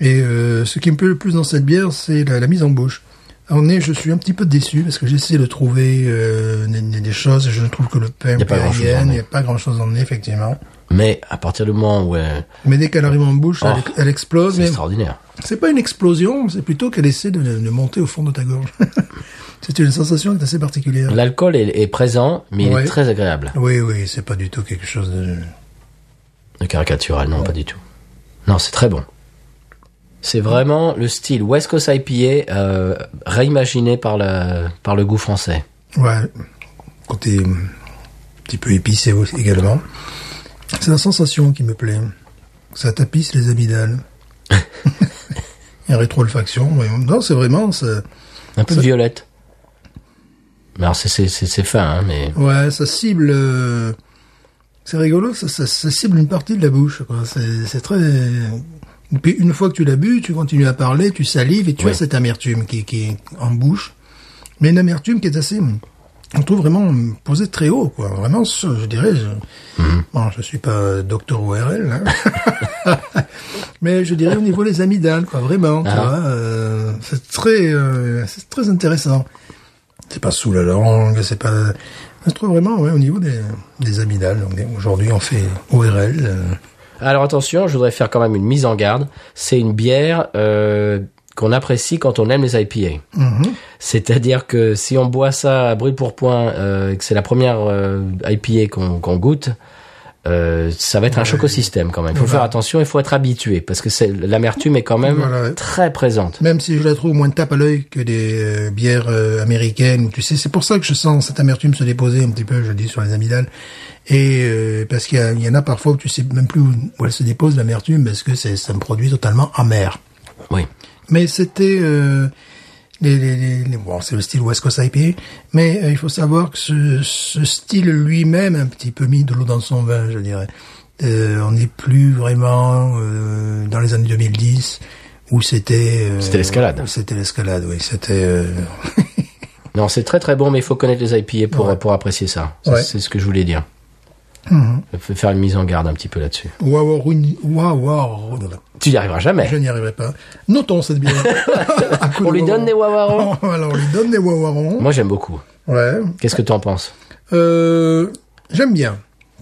[SPEAKER 2] Et euh, ce qui me plaît le plus dans cette bière, c'est la, la mise en bouche. En nez, je suis un petit peu déçu parce que j'essaie de trouver euh, des, des- des choses et je trouve que le
[SPEAKER 4] Y a pas
[SPEAKER 2] PMPN,
[SPEAKER 4] grand-chose en
[SPEAKER 2] il
[SPEAKER 4] nez.
[SPEAKER 2] n'y a pas grand chose en nez, effectivement.
[SPEAKER 4] Mais à partir du moment où euh,
[SPEAKER 2] Mais dès qu'elle arrive en bouche, elle,
[SPEAKER 4] Oh.
[SPEAKER 2] elle explose.
[SPEAKER 4] c'est
[SPEAKER 2] Mais
[SPEAKER 4] extraordinaire.
[SPEAKER 2] c'est pas une explosion, c'est plutôt qu'elle essaie de, de monter au fond de ta gorge. *laughs* c'est une sensation qui est assez particulière.
[SPEAKER 4] L'alcool est, est présent, mais il
[SPEAKER 2] Ouais.
[SPEAKER 4] est très agréable.
[SPEAKER 2] Oui, oui, c'est pas du tout quelque chose de...
[SPEAKER 4] De caricatural, non, pas du tout. Non, c'est très bon. C'est vraiment le style West Coast IPA euh, réimaginé par le, par le goût français.
[SPEAKER 2] Ouais, côté euh, un petit peu épicé aussi, également. C'est la sensation qui me plaît. Ça tapisse les *laughs* amygdales. Et rétro-olfaction. ouais. Non, c'est vraiment... Ça,
[SPEAKER 4] Un peu
[SPEAKER 2] Ça-
[SPEAKER 4] de violette. Mais Alors, c'est- c'est- c'est c'est fin, hein, mais
[SPEAKER 2] ouais, ça cible... euh, c'est rigolo, ça, ça, ça cible une partie de la bouche. quoi. C'est c'est très... Et puis une fois que tu l'as bu, tu continues à parler, tu salives et tu
[SPEAKER 4] Oui.
[SPEAKER 2] as cette amertume qui, qui est en bouche. Mais une amertume qui est assez... On trouve vraiment posée très haut, quoi. Vraiment, ce- je dirais... Je... Bon, je suis pas docteur ORL, hein. *laughs* Mais je dirais au niveau des amygdales, quoi. Vraiment, tu
[SPEAKER 4] Ah.
[SPEAKER 2] vois. euh, c'est très... euh, c'est très intéressant. C'est pas sous la langue, c'est pas... Je trouve vraiment, ouais, au niveau des, des amygdales. Donc, Aujourd'hui, on fait ORL. euh,
[SPEAKER 4] Alors attention, je voudrais faire quand même une mise en garde. C'est une bière euh, qu'on apprécie quand on aime les IPA. C'est-à-dire que si on boit ça à brûle pour point euh, et que c'est la première euh, IPA qu'on qu'on goûte, euh, ça va être un choc au système quand même. Il faut
[SPEAKER 2] Voilà.
[SPEAKER 4] faire attention, il faut être habitué parce que c'est- l'amertume est quand même
[SPEAKER 2] Voilà, ouais.
[SPEAKER 4] très présente.
[SPEAKER 2] Même si je la trouve moins tape à l'œil que des euh, bières euh, américaines, ou tu sais, c'est pour ça que je sens cette amertume se déposer un petit peu, je le dis, sur les amygdales. Et euh, parce qu'il y, a- il y en a parfois où tu sais même plus où, où elle se dépose, l'amertume, parce que c'est c'est un produit totalement amer.
[SPEAKER 4] Oui.
[SPEAKER 2] Mais c'était... euh, les, les, les- les- bon, c'est le style West Coast IPA, mais euh, il faut savoir que ce, ce style lui-même a un petit peu mis de l'eau dans son vin, je dirais. Euh, on n'est plus vraiment euh, dans les années 2010 où c'était... euh,
[SPEAKER 4] C'était l'escalade.
[SPEAKER 2] où C'était l'escalade, oui. C'était... euh,
[SPEAKER 4] Non, c'est très très bon, mais il faut connaître les IPA pour
[SPEAKER 2] Ouais.
[SPEAKER 4] pour apprécier ça. C'est
[SPEAKER 2] Ouais. Mhm.
[SPEAKER 4] c'est ce que je voulais dire. Il faut faire une mise en garde un petit peu là-dessus.
[SPEAKER 2] Wawa Runi- Wawa-
[SPEAKER 4] Tu n'y arriveras jamais.
[SPEAKER 2] Je n'y arriverai pas. Notons
[SPEAKER 4] *laughs*
[SPEAKER 2] cette bière. À coup
[SPEAKER 4] On
[SPEAKER 2] de
[SPEAKER 4] lui donne des
[SPEAKER 2] *laughs*
[SPEAKER 4] wawarons.
[SPEAKER 2] wawarons. Alors, on lui donne des wawarons.
[SPEAKER 4] Moi, j'aime beaucoup.
[SPEAKER 2] Ouais.
[SPEAKER 4] Qu'est-ce que tu en penses
[SPEAKER 2] Euh, j'aime bien.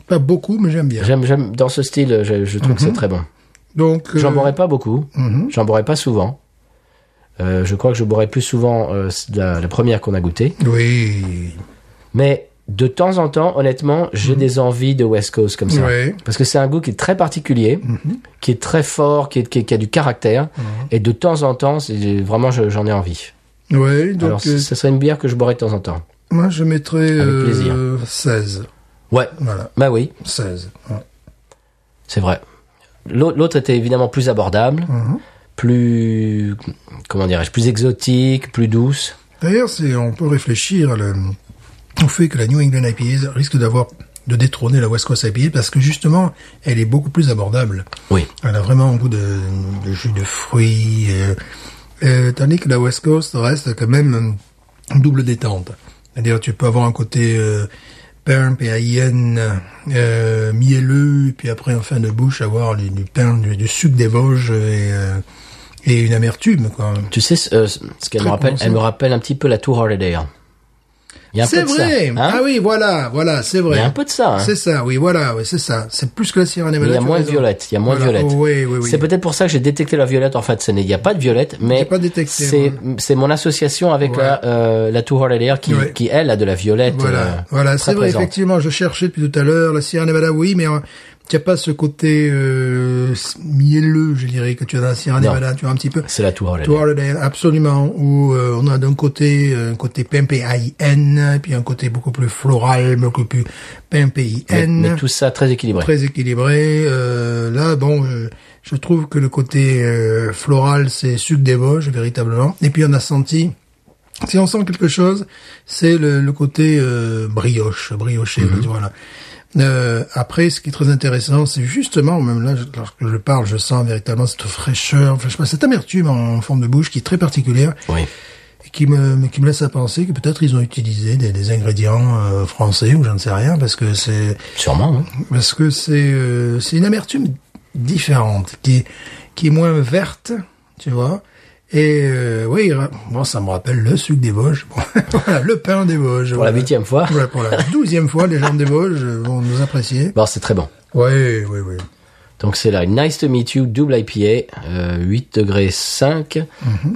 [SPEAKER 2] Pas beaucoup, mais j'aime bien.
[SPEAKER 4] J'aime, j'aime dans ce style, je, je trouve que
[SPEAKER 2] Mhm.
[SPEAKER 4] c'est très bon.
[SPEAKER 2] Donc, euh,
[SPEAKER 4] J'en boirais pas beaucoup,
[SPEAKER 2] mhm.
[SPEAKER 4] j'en boirais pas souvent. Euh, je crois que je boirais plus souvent euh, la, la première qu'on a goûtée.
[SPEAKER 2] Oui.
[SPEAKER 4] Mais de temps en temps, honnêtement, j'ai des envies de West Coast comme ça.
[SPEAKER 2] Mhm. Ouais. Mhm.
[SPEAKER 4] Parce que c'est un goût qui est très particulier, qui est très fort, qui, est- qui est- qui a du caractère. Et de temps en temps, c'est- vraiment, je- j'en ai envie.
[SPEAKER 2] Ouais, donc
[SPEAKER 4] Alors,
[SPEAKER 2] euh,
[SPEAKER 4] ce serait une bière que je boirais de temps en temps.
[SPEAKER 2] moi je mettrais euh,
[SPEAKER 4] plaisir.
[SPEAKER 2] 16.
[SPEAKER 4] Ouais,
[SPEAKER 2] Voilà,
[SPEAKER 4] bah oui,
[SPEAKER 2] 16. Ouais.
[SPEAKER 4] c'est vrai. L'au- L'autre était évidemment plus abordable,
[SPEAKER 2] Mhm. Hein.
[SPEAKER 4] plus, comment dirais-je, plus exotique, plus douce.
[SPEAKER 2] D'ailleurs, c'est on peut réfléchir à le- au fait que la New England IPA risque d'avoir de détrôner la West Coast IPA parce que justement, elle est beaucoup plus abordable.
[SPEAKER 4] Oui.
[SPEAKER 2] Elle a vraiment un goût de, de jus de fruits, euh, euh, tandis que la West Coast reste quand même une double détente. C'est-à-dire, tu peux avoir un côté euh, pain, P-A-I-N, euh, mielleux, et puis après, en fin de bouche, avoir du, du pain, du, du sucre des Vosges et, euh, et une amertume, quoi.
[SPEAKER 4] Tu sais ce, euh, ce qu'elle me
[SPEAKER 2] Très
[SPEAKER 4] rappelle Elle
[SPEAKER 2] prononcé.
[SPEAKER 4] me rappelle un petit peu la Tour Holiday. hein. Il y a un peu
[SPEAKER 2] C'est
[SPEAKER 4] de ça.
[SPEAKER 2] vrai
[SPEAKER 4] hein.
[SPEAKER 2] Ah oui, voilà, voilà, c'est
[SPEAKER 4] Il
[SPEAKER 2] vrai.
[SPEAKER 4] y a un peu de ça. hein.
[SPEAKER 2] C'est ça, oui, voilà, oui, c'est ça. C'est plus que la Sierra
[SPEAKER 4] Mais
[SPEAKER 2] Nevada.
[SPEAKER 4] il y a
[SPEAKER 2] tu as
[SPEAKER 4] moins de
[SPEAKER 2] raison.
[SPEAKER 4] violette. Il y a moins de
[SPEAKER 2] Voilà.
[SPEAKER 4] violette.
[SPEAKER 2] Oh, oui, oui, oui.
[SPEAKER 4] C'est peut-être pour ça que j'ai détecté la violette en fait. Ce n'est- Il n'y a pas de violette, mais
[SPEAKER 2] J'ai pas détecté,
[SPEAKER 4] c'est
[SPEAKER 2] moi.
[SPEAKER 4] c'est mon association avec
[SPEAKER 2] Ouais.
[SPEAKER 4] la euh, la Tour Holiday qui
[SPEAKER 2] Ouais.
[SPEAKER 4] qui elle a de la violette.
[SPEAKER 2] Voilà,
[SPEAKER 4] euh,
[SPEAKER 2] voilà,
[SPEAKER 4] très
[SPEAKER 2] c'est vrai.
[SPEAKER 4] présente.
[SPEAKER 2] Effectivement, je cherchais depuis tout à l'heure la Sierra Nevada, oui, mais euh, tu as pas ce côté euh, mielleux, je dirais, que tu as dans la Sierra
[SPEAKER 4] Non.
[SPEAKER 2] Nevada. Tu vois un petit peu.
[SPEAKER 4] C'est la Tour Holiday.
[SPEAKER 2] Tour Holiday, absolument, où euh, on a d'un côté euh, un côté PMPIN, et puis un côté beaucoup plus floral, beaucoup plus
[SPEAKER 4] Mais, mais
[SPEAKER 2] PMPIN,
[SPEAKER 4] tout ça très équilibré.
[SPEAKER 2] très équilibré. Euh, là, bon, je, je trouve que le côté euh, floral, c'est suc des Vosges, véritablement. Et puis on a senti, si on sent quelque chose, c'est le, le côté euh, brioche, brioché, voilà. Euh, après, ce qui est très intéressant, c'est justement, même là, je- lorsque je parle, je sens véritablement cette fraîcheur, enfin, je sais pas, cette amertume en, en forme de bouche qui est très particulière
[SPEAKER 4] Oui.
[SPEAKER 2] et qui me, qui me laisse à penser que peut-être ils ont utilisé des, des ingrédients euh, français ou je ne sais rien, parce que c'est
[SPEAKER 4] Sûrement. hein.
[SPEAKER 2] parce que c'est euh, c'est une amertume différente qui est qui est moins verte, tu vois. Et euh, oui, ra- bon, ça me rappelle le sucre des Vosges, *laughs* Bon, voilà, le pain des Vosges.
[SPEAKER 4] Pour la huitième fois.
[SPEAKER 2] Voilà, pour la douzième fois, les gens des Vosges vont nous apprécier.
[SPEAKER 4] Bon, c'est très bon.
[SPEAKER 2] Oui, oui, oui.
[SPEAKER 4] Donc c'est là, Nice to Meet You, double IPA, euh, 8 degrés 5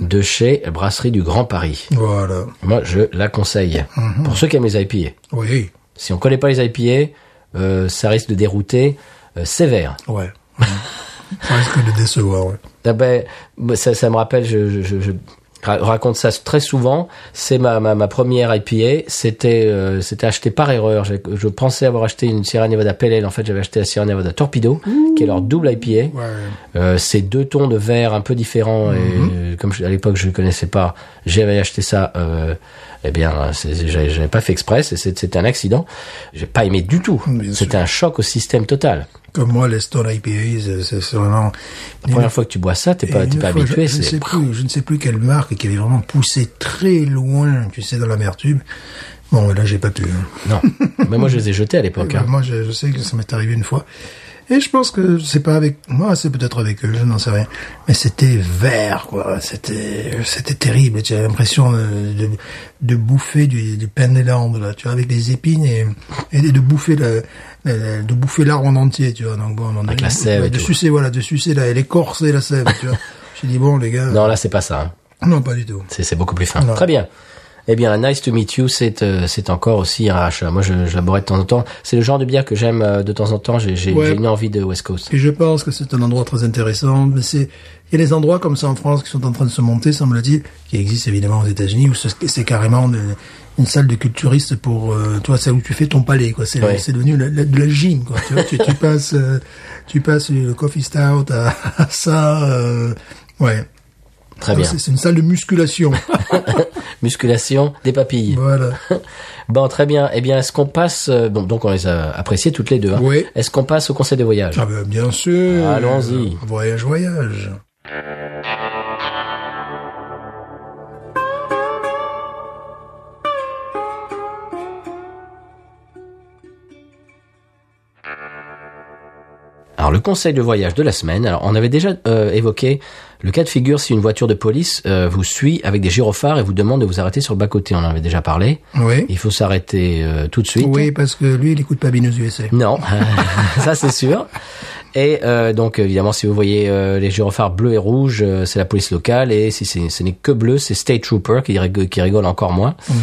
[SPEAKER 4] de chez Brasserie du Grand Paris.
[SPEAKER 2] Voilà.
[SPEAKER 4] Moi, je la conseille. Pour ceux qui aiment les IPA.
[SPEAKER 2] Oui.
[SPEAKER 4] Si on connaît pas les IPA, euh, ça risque de dérouter euh, sévère. *laughs*
[SPEAKER 2] Ouais. Presque de décevoir. ouais.
[SPEAKER 4] Ah ben, moi, ça, ça me rappelle, je, je- je- je ra- raconte ça très souvent. C'est ma, ma, ma première IPA. C'était euh, c'était acheté par erreur. J'ai- Je, pensais avoir acheté une Sierra Nevada Pale Ale. En fait, j'avais acheté la Sierra Nevada Torpedo, qui est leur double IPA.
[SPEAKER 2] Ouais.
[SPEAKER 4] Euh, c'est deux tons de verre un peu différents et
[SPEAKER 2] Mhm.
[SPEAKER 4] euh, comme je- à l'époque je ne connaissais pas, j'avais acheté ça. Euh, eh bien, c'est- c'est- j'avais j'avais pas fait exprès, c'est- c'est- c'était un accident. J'ai pas aimé du tout.
[SPEAKER 2] Bien
[SPEAKER 4] C'était un choc au système total.
[SPEAKER 2] Comme moi, les Stone IPA, c'est- c'est vraiment...
[SPEAKER 4] La première fois que tu bois ça, t'es pas,
[SPEAKER 2] Et
[SPEAKER 4] t'es
[SPEAKER 2] une
[SPEAKER 4] pas
[SPEAKER 2] fois,
[SPEAKER 4] habitué.
[SPEAKER 2] Je, je ne
[SPEAKER 4] c'est-
[SPEAKER 2] sais plus, je ne sais plus quelle marque qui avait vraiment poussé très loin, tu sais, dans l'amertume. Bon, mais là, j'ai pas pu. hein. *laughs*
[SPEAKER 4] Non, mais moi je les ai jetés à l'époque. hein.
[SPEAKER 2] Moi, je, je sais que ça m'est arrivé une fois. Et je pense que c'est pas avec moi, c'est peut-être avec eux, je n'en sais rien. Mais c'était vert, quoi. C'était, c'était terrible. Tu as l'impression euh, de, de bouffer du, du pain des landes, là. Tu vois, avec des épines et, et de bouffer le, le- le- de bouffer l'arbre en entier, tu vois. Donc bon, on
[SPEAKER 4] Avec la sève et
[SPEAKER 2] de
[SPEAKER 4] tout.
[SPEAKER 2] sucer, voilà, de sucer la- l'écorce et la sève, tu
[SPEAKER 4] *laughs*
[SPEAKER 2] vois. J'ai dit bon, les gars.
[SPEAKER 4] Non, là c'est pas ça. hein.
[SPEAKER 2] Non, pas du tout.
[SPEAKER 4] C'est c'est beaucoup plus fin.
[SPEAKER 2] Ouais.
[SPEAKER 4] Très bien. Eh bien, Nice to Meet You, c'est euh, c'est encore aussi un achat. Moi, je, je la boirais de temps en temps. C'est le genre de bière que j'aime euh, de temps en temps. J'ai j'ai-
[SPEAKER 2] Ouais.
[SPEAKER 4] j'ai une envie de West Coast.
[SPEAKER 2] Et je pense que c'est un endroit très intéressant. Mais c'est, il y a des endroits comme ça en France qui sont en train de se monter, semble-t-il, qui existent évidemment aux États-Unis, où ce- c'est carrément de- une salle de culturiste pour, euh, toi, celle où tu fais ton palais, quoi. C'est,
[SPEAKER 4] Ouais.
[SPEAKER 2] c'est devenu la, la- de la gym, quoi. Tu vois, tu, tu passes, euh, tu passes le coffee stout à, *laughs* à ça, euh, ouais.
[SPEAKER 4] Très
[SPEAKER 2] Donc,
[SPEAKER 4] bien.
[SPEAKER 2] Ah, C'est, c'est une salle
[SPEAKER 4] *laughs*
[SPEAKER 2] de musculation.
[SPEAKER 4] Musculation des papilles.
[SPEAKER 2] voilà.
[SPEAKER 4] Bon, très bien. Eh bien, est-ce qu'on passe euh, Bon, donc on les a appréciées toutes les deux. hein.
[SPEAKER 2] Oui.
[SPEAKER 4] Est-ce qu'on passe au conseil de voyage
[SPEAKER 2] Ah ben, bien sûr.
[SPEAKER 4] Allons-y.
[SPEAKER 2] Voyage, voyage.
[SPEAKER 4] Alors, le conseil de voyage de la semaine. Alors, on avait déjà euh, évoqué le cas de figure si une voiture de police euh, vous suit avec des gyrophares et vous demande de vous arrêter sur le bas-côté. On en avait déjà parlé.
[SPEAKER 2] Oui.
[SPEAKER 4] Il faut s'arrêter euh, tout de suite.
[SPEAKER 2] Oui, parce que lui, il écoute pas Binous USA.
[SPEAKER 4] Non, *laughs* ça c'est sûr. Et euh, donc évidemment, si vous voyez euh, les gyrophares bleus et rouges, euh, c'est la police locale. Et si c'est- ce n'est que bleu, c'est State Trooper qui rigole, qui rigole encore moins.
[SPEAKER 2] Non.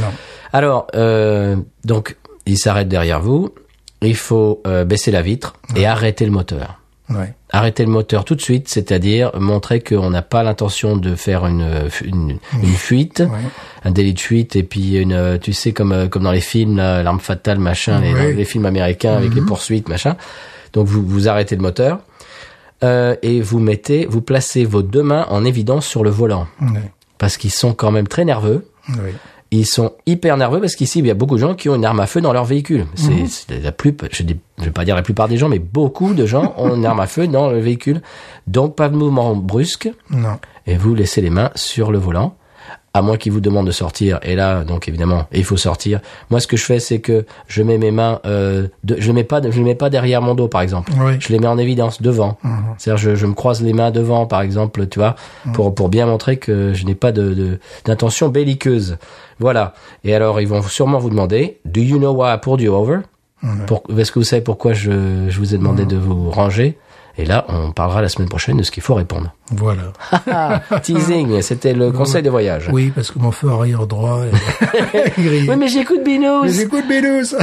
[SPEAKER 4] Alors, euh, donc, il s'arrête derrière vous. Il faut euh, baisser la vitre et arrêter le moteur.
[SPEAKER 2] Ouais.
[SPEAKER 4] Arrêter le moteur tout de suite, c'est-à-dire montrer qu'on n'a pas l'intention de faire une, une, une fuite,
[SPEAKER 2] Ouais.
[SPEAKER 4] un délit de fuite, et puis une, euh, tu sais comme euh, comme dans les films, là, l'arme fatale, machin, les,
[SPEAKER 2] Oui.
[SPEAKER 4] les films américains avec les poursuites, machin. Donc vous vous arrêtez le moteur euh, et vous mettez, vous placez vos deux mains en évidence sur le volant
[SPEAKER 2] Ouais.
[SPEAKER 4] parce qu'ils sont quand même très nerveux.
[SPEAKER 2] Oui.
[SPEAKER 4] Ils sont hyper nerveux parce qu'ici, il y a beaucoup de gens qui ont une arme à feu dans leur véhicule. C'est c'est la plus, je dis- je vais pas dire la plupart des gens, mais beaucoup de gens ont une arme à feu dans le véhicule. Donc, pas de mouvement brusque
[SPEAKER 2] Non.
[SPEAKER 4] et vous laissez les mains sur le volant, à moins qu'il vous demande de sortir. Et là, donc évidemment, il faut sortir. Moi, ce que je fais, c'est que je mets mes mains, euh, de, je les mets pas, de- je les mets pas derrière mon dos, par exemple.
[SPEAKER 2] Oui. Mhm.
[SPEAKER 4] Je les mets en évidence devant. C'est-à-dire, je, je me croise les mains devant, par exemple, tu vois,
[SPEAKER 2] Mm.
[SPEAKER 4] pour pour bien montrer que je n'ai pas de de- d'intention belliqueuse. Voilà. Et alors, ils vont sûrement vous demander, Do you know why I pulled you over? Pour- Est-ce que vous savez pourquoi je, je vous ai
[SPEAKER 2] Mm.
[SPEAKER 4] demandé de vous ranger Et là, on parlera la semaine prochaine de ce qu'il faut répondre.
[SPEAKER 2] Voilà.
[SPEAKER 4] *laughs* Ah, teasing, c'était le conseil de voyage.
[SPEAKER 2] Oui, parce que mon feu arrière droit
[SPEAKER 4] *laughs*
[SPEAKER 2] est *laughs* grillé.
[SPEAKER 4] Oui, mais j'écoute
[SPEAKER 2] Mais
[SPEAKER 4] Binous.
[SPEAKER 2] j'écoute
[SPEAKER 4] *laughs*
[SPEAKER 2] Bénous.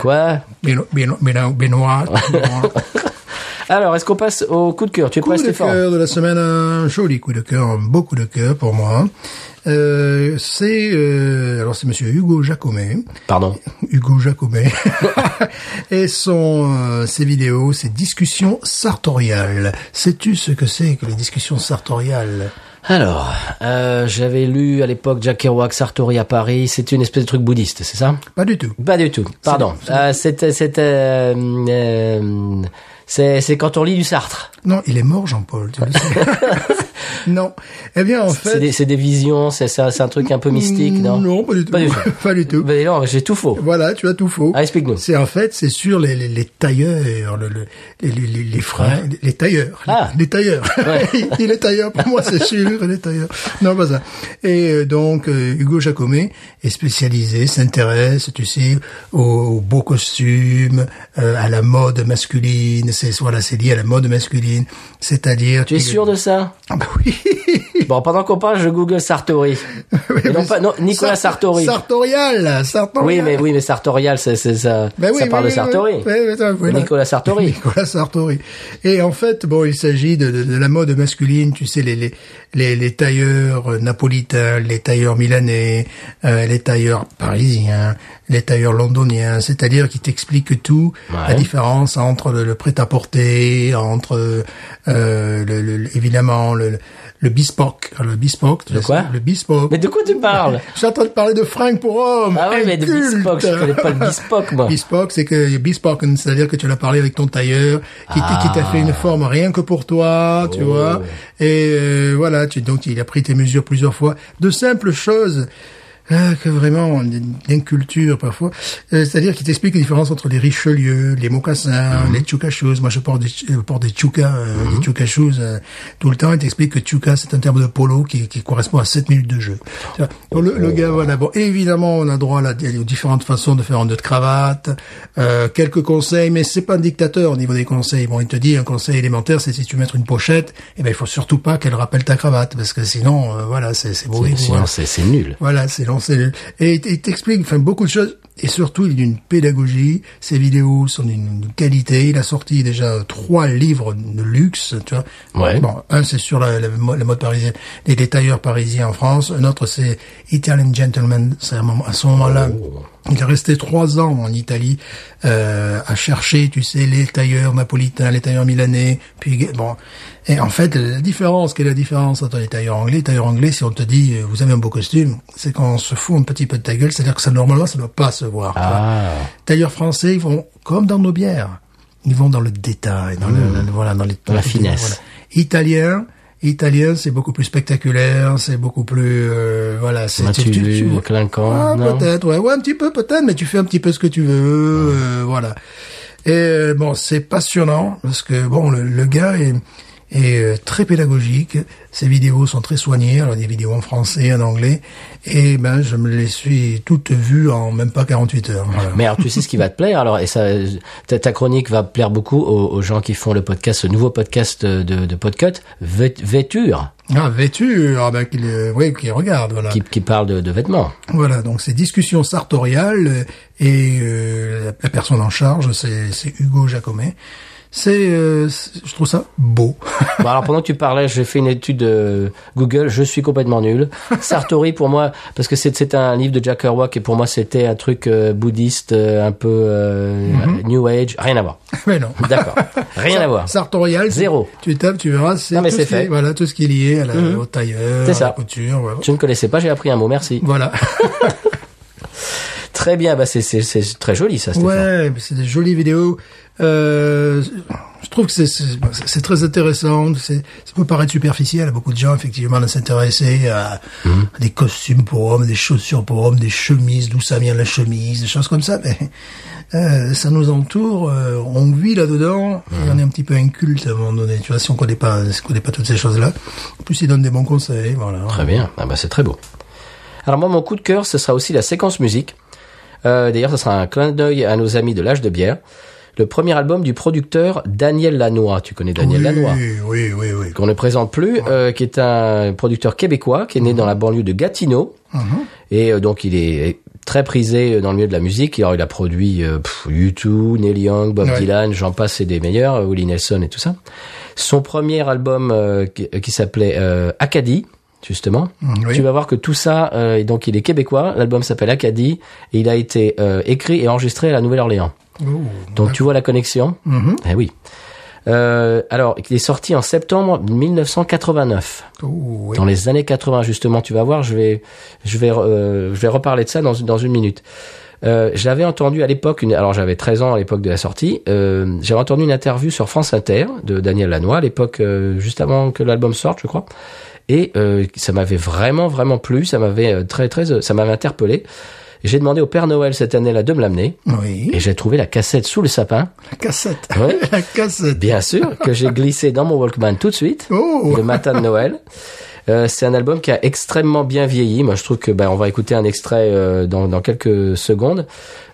[SPEAKER 4] Quoi
[SPEAKER 2] Béno- Béno- Béno- Benoît. Benoît.
[SPEAKER 4] Alors, est-ce qu'on passe au coup de cœur Tu es
[SPEAKER 2] Coup
[SPEAKER 4] prêt,
[SPEAKER 2] de
[SPEAKER 4] Stéphane
[SPEAKER 2] cœur de la semaine, un joli coup de cœur, un beau coup de cœur pour moi. Euh, c'est euh, alors c'est Monsieur Hugo Jacomet,
[SPEAKER 4] Pardon. *laughs*
[SPEAKER 2] Hugo Jacomet, et son euh, ses vidéos, ses discussions sartoriales. Sais-tu ce que c'est que les discussions sartoriales
[SPEAKER 4] Alors, euh, j'avais lu à l'époque Jack Kerouac, Sartori à Paris. C'était une espèce de truc bouddhiste, c'est ça
[SPEAKER 2] Pas du tout.
[SPEAKER 4] Pas du tout. Pardon. Euh, C'était, c'était, euh, euh, c'est, c'est quand on lit du Sartre.
[SPEAKER 2] Non, il est mort, Jean-Paul. Tu le sais.
[SPEAKER 4] *laughs*
[SPEAKER 2] non. Eh bien, en
[SPEAKER 4] C'est
[SPEAKER 2] fait,
[SPEAKER 4] des, c'est des visions. C'est, c'est un c'est un truc un peu mystique, non
[SPEAKER 2] pas du tout.
[SPEAKER 4] Pas du tout.
[SPEAKER 2] *laughs* Pas du tout.
[SPEAKER 4] Mais non, j'ai tout faux.
[SPEAKER 2] Voilà, tu as tout faux.
[SPEAKER 4] Ah, explique-nous.
[SPEAKER 2] C'est en fait, c'est sur les, les, les tailleurs, le, le- les, les, les, les freins, les- les tailleurs, les-
[SPEAKER 4] Ah.
[SPEAKER 2] les, tailleurs. *laughs* Il est tailleur pour moi, c'est sûr, il est tailleur. Non, pas ça. Et euh, donc, euh, Hugo Jacomet est spécialisé, s'intéresse, tu sais, aux, aux beaux costumes, euh, à la mode masculine. C'est voilà, c'est lié à la mode masculine, c'est-à-dire.
[SPEAKER 4] Tu es sûr de ça
[SPEAKER 2] Ah, bah Oui. *laughs* Bah
[SPEAKER 4] Bon, pendant qu'on parle, je google *laughs* Sartori. Et non, pas, non, Nicolas
[SPEAKER 2] Sar-
[SPEAKER 4] Sartori.
[SPEAKER 2] Sartorial, Sartorial.
[SPEAKER 4] Oui, mais oui, mais sartorial, c'est c'est ça.
[SPEAKER 2] Ben oui,
[SPEAKER 4] ça
[SPEAKER 2] oui,
[SPEAKER 4] parle
[SPEAKER 2] oui,
[SPEAKER 4] de Sartori.
[SPEAKER 2] oui, oui, oui, oui, là.
[SPEAKER 4] Nicolas *laughs* Sartori.
[SPEAKER 2] *laughs* Nicolas Sartori. Et en fait, bon, il s'agit de, de- de la mode masculine, tu sais, les, les, les, les tailleurs euh, napolitains, les tailleurs milanais, euh, les tailleurs parisiens, les tailleurs londoniens, c'est-à-dire qui t'expliquent tout, la
[SPEAKER 4] Ouais.
[SPEAKER 2] différence entre le, le prêt-à-porter, entre, euh, euh, le, le- le- évidemment, le, le bespoke. Le bespoke, tu
[SPEAKER 4] Le
[SPEAKER 2] sais,
[SPEAKER 4] quoi
[SPEAKER 2] Le bespoke.
[SPEAKER 4] Mais de quoi tu parles
[SPEAKER 2] Je suis en train de parler de fringues pour hommes.
[SPEAKER 4] Ah ouais, mais de
[SPEAKER 2] Inculte.
[SPEAKER 4] bespoke, je connais pas le bespoke, moi.
[SPEAKER 2] Bespoke, c'est que bespoken, c'est-à-dire que tu l'as parlé avec ton tailleur, qui, t- qui t'a
[SPEAKER 4] Ah.
[SPEAKER 2] fait une forme rien que pour toi, tu
[SPEAKER 4] Oh.
[SPEAKER 2] vois. Et euh, voilà, tu, donc il a pris tes mesures plusieurs fois. De simples choses. euh, que vraiment l'inculture parfois Euh, c'est-à-dire qu'il t'explique les différences entre les Richelieu les mocassins
[SPEAKER 4] Mm-hmm.
[SPEAKER 2] les chuka shoes moi je porte des, ch- euh, porte des chuka euh,
[SPEAKER 4] Mhm.
[SPEAKER 2] des chuka shoes euh, tout le temps il t'explique que chuka c'est un terme de polo qui, qui correspond à 7 minutes de jeu Donc, le,
[SPEAKER 4] Oh.
[SPEAKER 2] le gars voilà bon évidemment on a droit là, aux différentes façons de faire un nœud de cravate, euh, quelques conseils, mais c'est pas un dictateur au niveau des conseils. Bon, il te dit un conseil élémentaire, c'est si tu mets une pochette, eh ben il faut surtout pas qu'elle rappelle ta cravate, parce que sinon, euh, voilà, c'est c'est mauvais. goût,
[SPEAKER 4] Sinon,
[SPEAKER 2] hein.
[SPEAKER 4] c'est c'est nul.
[SPEAKER 2] Voilà, c'est lancé. Et il t- il t'explique enfin, beaucoup de choses. Et surtout, il est d'une pédagogie. Ses vidéos sont d'une qualité. Il a sorti déjà trois livres de luxe, tu vois.
[SPEAKER 4] Ouais.
[SPEAKER 2] Bon, un, c'est sur la, la mo- la mode parisienne, les détailleurs parisiens en France. Un autre, c'est Italian Gentleman. C'est à, un moment- à ce moment-là. Il est resté trois ans en Italie euh, à chercher, tu sais, les tailleurs napolitains, les tailleurs milanais. Puis bon, et en fait, la différence, quelle est la différence entre les tailleurs anglais, les tailleurs anglais, si on te dit euh, vous avez un beau costume, c'est qu'on se fout un petit peu de ta gueule, c'est-à-dire que ça normalement ça ne doit pas se voir. tu vois.
[SPEAKER 4] Ah.
[SPEAKER 2] Tailleurs français, ils vont comme dans nos bières, ils vont dans le détail, dans le, le- voilà, dans les
[SPEAKER 4] Mmh. Dans la finesse.
[SPEAKER 2] voilà. Italien. Italien, c'est beaucoup plus spectaculaire, c'est beaucoup plus euh, voilà, c'est
[SPEAKER 4] As-tu
[SPEAKER 2] tu- tu-
[SPEAKER 4] vu le clinquant
[SPEAKER 2] ah,
[SPEAKER 4] Non.
[SPEAKER 2] peut-être, ouais, ouais, un petit peu peut-être, mais tu fais un petit peu ce que tu veux, euh, voilà. Et euh, bon, c'est passionnant parce que bon, le, le gars est, est euh, très pédagogique. Ses vidéos sont très soignées, alors des vidéos en français, en anglais, et ben je me les suis toutes vues en même pas 48 heures. voilà.
[SPEAKER 4] Mais alors, tu sais ce qui va te plaire. Alors, et ça, euh, ta, ta chronique va plaire beaucoup aux, aux gens qui font le podcast, ce nouveau podcast de, de Podcut, Vê- Vêture,
[SPEAKER 2] Ah, vêtu, ah ben qu'il, euh, oui, qu'il regarde, voilà.
[SPEAKER 4] qui, qui parle de, de vêtements.
[SPEAKER 2] Voilà, donc c'est discussion sartoriale euh, et euh, la- la personne en charge, c'est c'est Hugo Jacomet. C'est, euh, c'est- je trouve ça beau. *laughs*
[SPEAKER 4] Bon, alors pendant que tu parlais, j'ai fait une étude euh, Google, je suis complètement nul. Sartori pour moi, parce que c'est c'est un livre de Jack Kerouac et pour moi c'était un truc euh, bouddhiste, euh, un peu euh, New Age, rien à voir.
[SPEAKER 2] Mais non.
[SPEAKER 4] D'accord, rien à voir.
[SPEAKER 2] Sartorial.
[SPEAKER 4] Zéro.
[SPEAKER 2] Tu tapes, tu verras, c'est
[SPEAKER 4] Non, mais
[SPEAKER 2] tout
[SPEAKER 4] c'est
[SPEAKER 2] ce qui est-
[SPEAKER 4] fait. Mhm.
[SPEAKER 2] voilà, tout ce qui est lié à la, au tailleur,
[SPEAKER 4] C'est
[SPEAKER 2] à
[SPEAKER 4] ça.
[SPEAKER 2] la couture. voilà.
[SPEAKER 4] Je ne connaissais pas, j'ai appris un mot, merci.
[SPEAKER 2] Voilà.
[SPEAKER 4] Très bien, bah c'est c'est- c'est très joli ça, Stéphane.
[SPEAKER 2] Ouais, mais c'est des jolies vidéos. Euh, je trouve que c'est- c'est bon, c'est- c'est très intéressant. C'est- Ça peut paraître superficiel à beaucoup de gens, effectivement, de s'intéresser à,
[SPEAKER 4] Mhm.
[SPEAKER 2] à des costumes pour hommes, des chaussures pour hommes, des chemises, d'où ça vient la chemise, des choses comme ça. Mais euh, ça nous entoure, euh, on vit là-dedans,
[SPEAKER 4] Mhm.
[SPEAKER 2] et on est un petit peu inculte à un moment donné. Tu vois, si on connaît pas, si on connaît pas toutes ces choses-là. En plus, ils donnent des bons conseils. Voilà.
[SPEAKER 4] Très bien, ah bah c'est très beau. Alors moi, mon coup de cœur, ce sera aussi la séquence musique. Euh, D'ailleurs, ce sera un clin d'œil à nos amis de l'âge de bière. Le premier album du producteur Daniel Lanois. Tu connais Daniel
[SPEAKER 2] oui,
[SPEAKER 4] Lanois
[SPEAKER 2] oui, oui, oui.
[SPEAKER 4] qu'on ne présente plus, euh, qui est un producteur québécois, qui est
[SPEAKER 2] Mhm.
[SPEAKER 4] né dans la banlieue de Gatineau. Et euh, donc, il est très prisé euh, dans le milieu de la musique. Alors, il a produit euh, pff, U2, Neil Young, Bob
[SPEAKER 2] Ouais.
[SPEAKER 4] Dylan, j'en passe et des meilleurs, euh, Willie Nelson et tout ça. Son premier album euh, qui, qui s'appelait euh, Acadie, justement.
[SPEAKER 2] Mhm. Oui.
[SPEAKER 4] Tu vas voir que tout ça, euh, et donc il est québécois, l'album s'appelle Acadie, et il a été euh, écrit et enregistré à la Nouvelle-Orléans.
[SPEAKER 2] Oh.
[SPEAKER 4] Donc tu vois la connexion
[SPEAKER 2] Mhm.
[SPEAKER 4] Eh oui. Euh, alors, il est sorti en septembre 1989.
[SPEAKER 2] Oh, oui.
[SPEAKER 4] Dans les années 80, justement, tu vas voir, je vais, je vais, euh, je vais reparler de ça dans, une- dans une minute. Euh, j'avais entendu à l'époque, une, alors j'avais 13 ans à l'époque de la sortie, euh, j'avais entendu une interview sur France Inter de Daniel Lanois, à l'époque, euh, juste avant que l'album sorte, je crois. Et euh, ça m'avait vraiment, vraiment plu, ça m'avait euh, très, très, euh, ça m'avait interpellé. J'ai demandé au Père Noël cette année-là de me l'amener,
[SPEAKER 2] Oui.
[SPEAKER 4] et j'ai trouvé la cassette sous le sapin.
[SPEAKER 2] La cassette. *laughs*
[SPEAKER 4] Ouais.
[SPEAKER 2] La cassette.
[SPEAKER 4] Bien sûr, que j'ai glissé dans mon Walkman tout de suite,
[SPEAKER 2] Oh.
[SPEAKER 4] le matin de Noël. Euh, c'est un album qui a extrêmement bien vieilli. Moi, je trouve que ben, on va écouter un extrait euh, dans, dans quelques secondes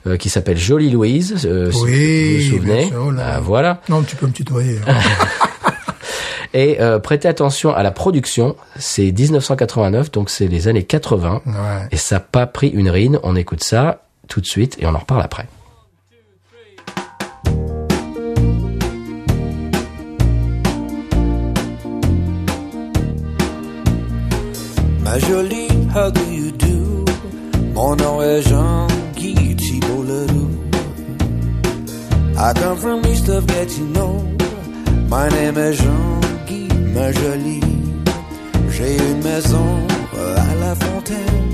[SPEAKER 4] euh, qui s'appelle Jolie Louise. euh, si
[SPEAKER 2] Oui,
[SPEAKER 4] vous vous souvenez
[SPEAKER 2] bien sûr, là.
[SPEAKER 4] Ah, Voilà.
[SPEAKER 2] Non, tu peux me tutoyer. hein.
[SPEAKER 4] *laughs* Et euh, prêtez attention à la production. C'est 1989, donc c'est les années 80.
[SPEAKER 2] ouais.
[SPEAKER 4] Et ça n'a pas pris une ride. On écoute ça tout de suite et on en reparle après.
[SPEAKER 5] Ma jolie, how do you do? Mon nom est Jean-Guy Thibault Leroux. I come from east of Gatineau. My name est Jean-Guy, ma jolie. J'ai une maison euh, à La Fontaine,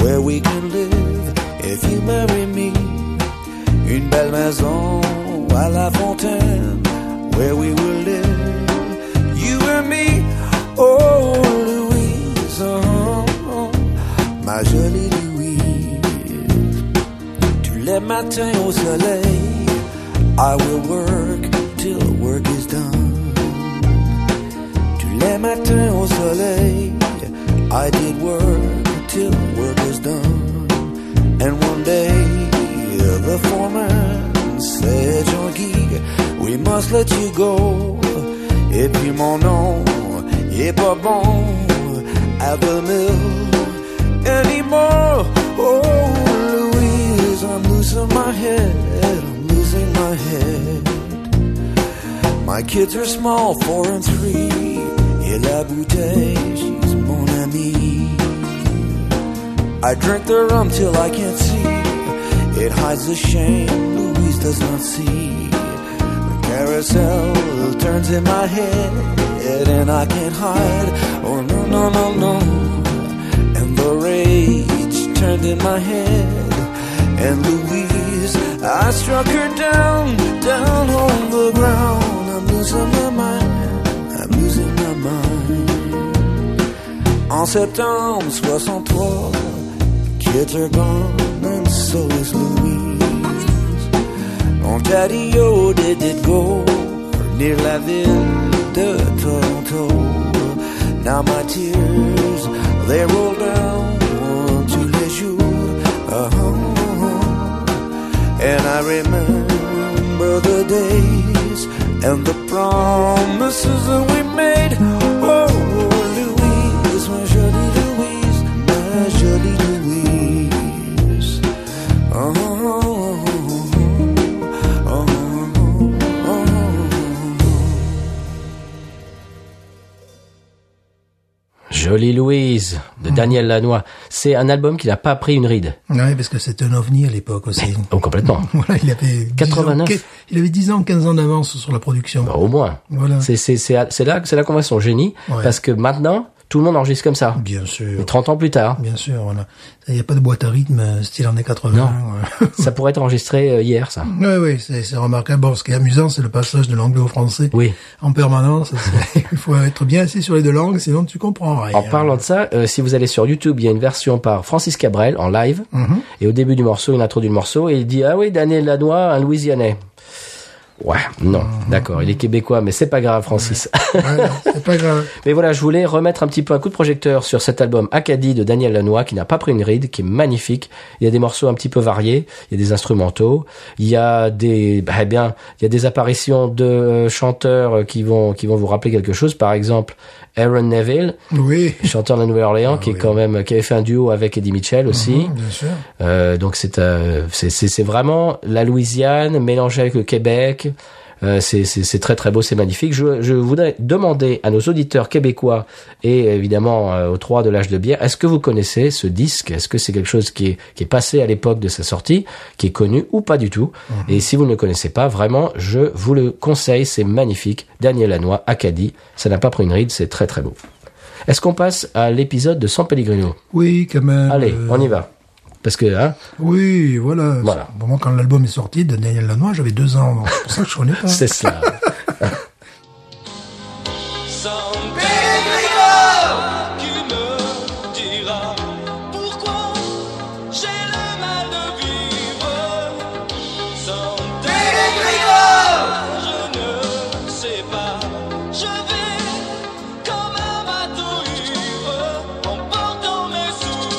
[SPEAKER 5] where we can live if you marry me. Une belle maison à La Fontaine, where we will live, you and me. Oh, Louise, oh, oh, ma jolie Louise. Tous les matins au soleil, I will work till work is done. Tous les matins au soleil, I did work till work is done. And one day, the foreman said, Jean-Guy, we must let you go. Et puis mon nom est pas bon à the mill anymore. Oh, Louise, I'm losing my head, I'm losing my head. My kids are small, four and three. Et la bouteille, she's mon amie. I drink the rum till I can't see. It hides the shame Louise does not see. The carousel turns in my head, and I can't hide. Oh no no no no! And the rage turned in my head, and Louise, I struck her down, down on the ground. I'm losing my mind. I'm losing my mind. En septembre 63, kids are gone and so is Louise. Ontario did it go near la ville de Toronto. Now my tears they roll down tous les jours. Uh-huh, uh-huh. And I remember the days and the promises that we made. Oh, Louise, my jolie Louise, my jolie Louise. Oh, oh, oh, oh.
[SPEAKER 4] Jolie Louise
[SPEAKER 2] Mm.
[SPEAKER 4] de Daniel Lanois. C'est un album qui n'a pas pris une ride.
[SPEAKER 2] Ouais, parce que c'était un ovni à l'époque aussi. *laughs*
[SPEAKER 4] Oh, complètement.
[SPEAKER 2] Voilà, il avait 10 ans,
[SPEAKER 4] 89.
[SPEAKER 2] que- il avait 10 ans, 15 ans d'avance sur la production.
[SPEAKER 4] Bah, au moins.
[SPEAKER 2] Voilà.
[SPEAKER 4] C'est c'est c'est à- c'est là c'est là qu'on voit son génie
[SPEAKER 2] Ouais.
[SPEAKER 4] parce que maintenant tout le monde enregistre comme ça.
[SPEAKER 2] Bien sûr.
[SPEAKER 4] Mais 30 ans plus tard,
[SPEAKER 2] Bien sûr, voilà. Il n'y a pas de boîte à rythme euh, style années 80. ouais. *laughs*
[SPEAKER 4] ça pourrait être enregistré euh, hier, ça.
[SPEAKER 2] Oui, oui, c'est c'est remarquable. Bon, ce qui est amusant, c'est le passage de l'anglais au français.
[SPEAKER 4] Oui.
[SPEAKER 2] En permanence. *laughs* C'est- Il faut être bien assis sur les deux langues, sinon tu comprends rien.
[SPEAKER 4] En parlant de ça, euh, si vous allez sur YouTube, il y a une version par Francis Cabrel en live.
[SPEAKER 2] Mm-hmm.
[SPEAKER 4] Et au début du morceau, il introduit le morceau et il dit Ah oui, Daniel Lanois, un Louisianais. Ouais, non, d'accord, il est québécois, mais c'est pas grave, Francis.
[SPEAKER 2] Mm-hmm. Ouais, non, c'est pas grave.
[SPEAKER 4] mais voilà, je voulais remettre un petit peu un coup de projecteur sur cet album Acadie de Daniel Lanois qui n'a pas pris une ride, qui est magnifique. Il y a des morceaux un petit peu variés, il y a des instrumentaux, il y a des, bah, eh bien, il y a des apparitions de chanteurs qui vont, qui vont vous rappeler quelque chose. Par exemple, Aaron Neville,
[SPEAKER 2] Oui.
[SPEAKER 4] chanteur de la Nouvelle-Orléans, qui
[SPEAKER 2] Ah oui.
[SPEAKER 4] est quand même qui avait fait un duo avec Eddie Mitchell aussi.
[SPEAKER 2] Mhm, bien sûr.
[SPEAKER 4] Euh, donc c'est euh, c'est c'est c'est vraiment la Louisiane mélangée avec le Québec. Euh, c'est c'est c'est très très beau, c'est magnifique. Je je voudrais demander à nos auditeurs québécois et évidemment euh, aux trois de l'âge de bière, est-ce que vous connaissez ce disque Est-ce que c'est quelque chose qui est qui est passé à l'époque de sa sortie, qui est connu ou pas du tout Et si vous ne le connaissez pas, vraiment, je vous le conseille, c'est magnifique. Daniel Lanois, Acadie, ça n'a pas pris une ride, c'est très très beau. Est-ce qu'on passe à l'épisode de San Pellegrino
[SPEAKER 2] Oui, quand même.
[SPEAKER 4] Allez,
[SPEAKER 2] euh,
[SPEAKER 4] on y va. Parce que, hein,
[SPEAKER 2] Oui, voilà.
[SPEAKER 4] Voilà.
[SPEAKER 2] Au moment quand l'album est sorti de Daniel Lanois, j'avais deux ans. donc C'est pour ça que je connais pas.
[SPEAKER 4] c'est cela.
[SPEAKER 6] San Pellegrino qui me dira pourquoi j'ai le mal de vivre. San Pellegrino, je ne sais pas. Je vais comme un bateau ivre en portant mes souvenirs.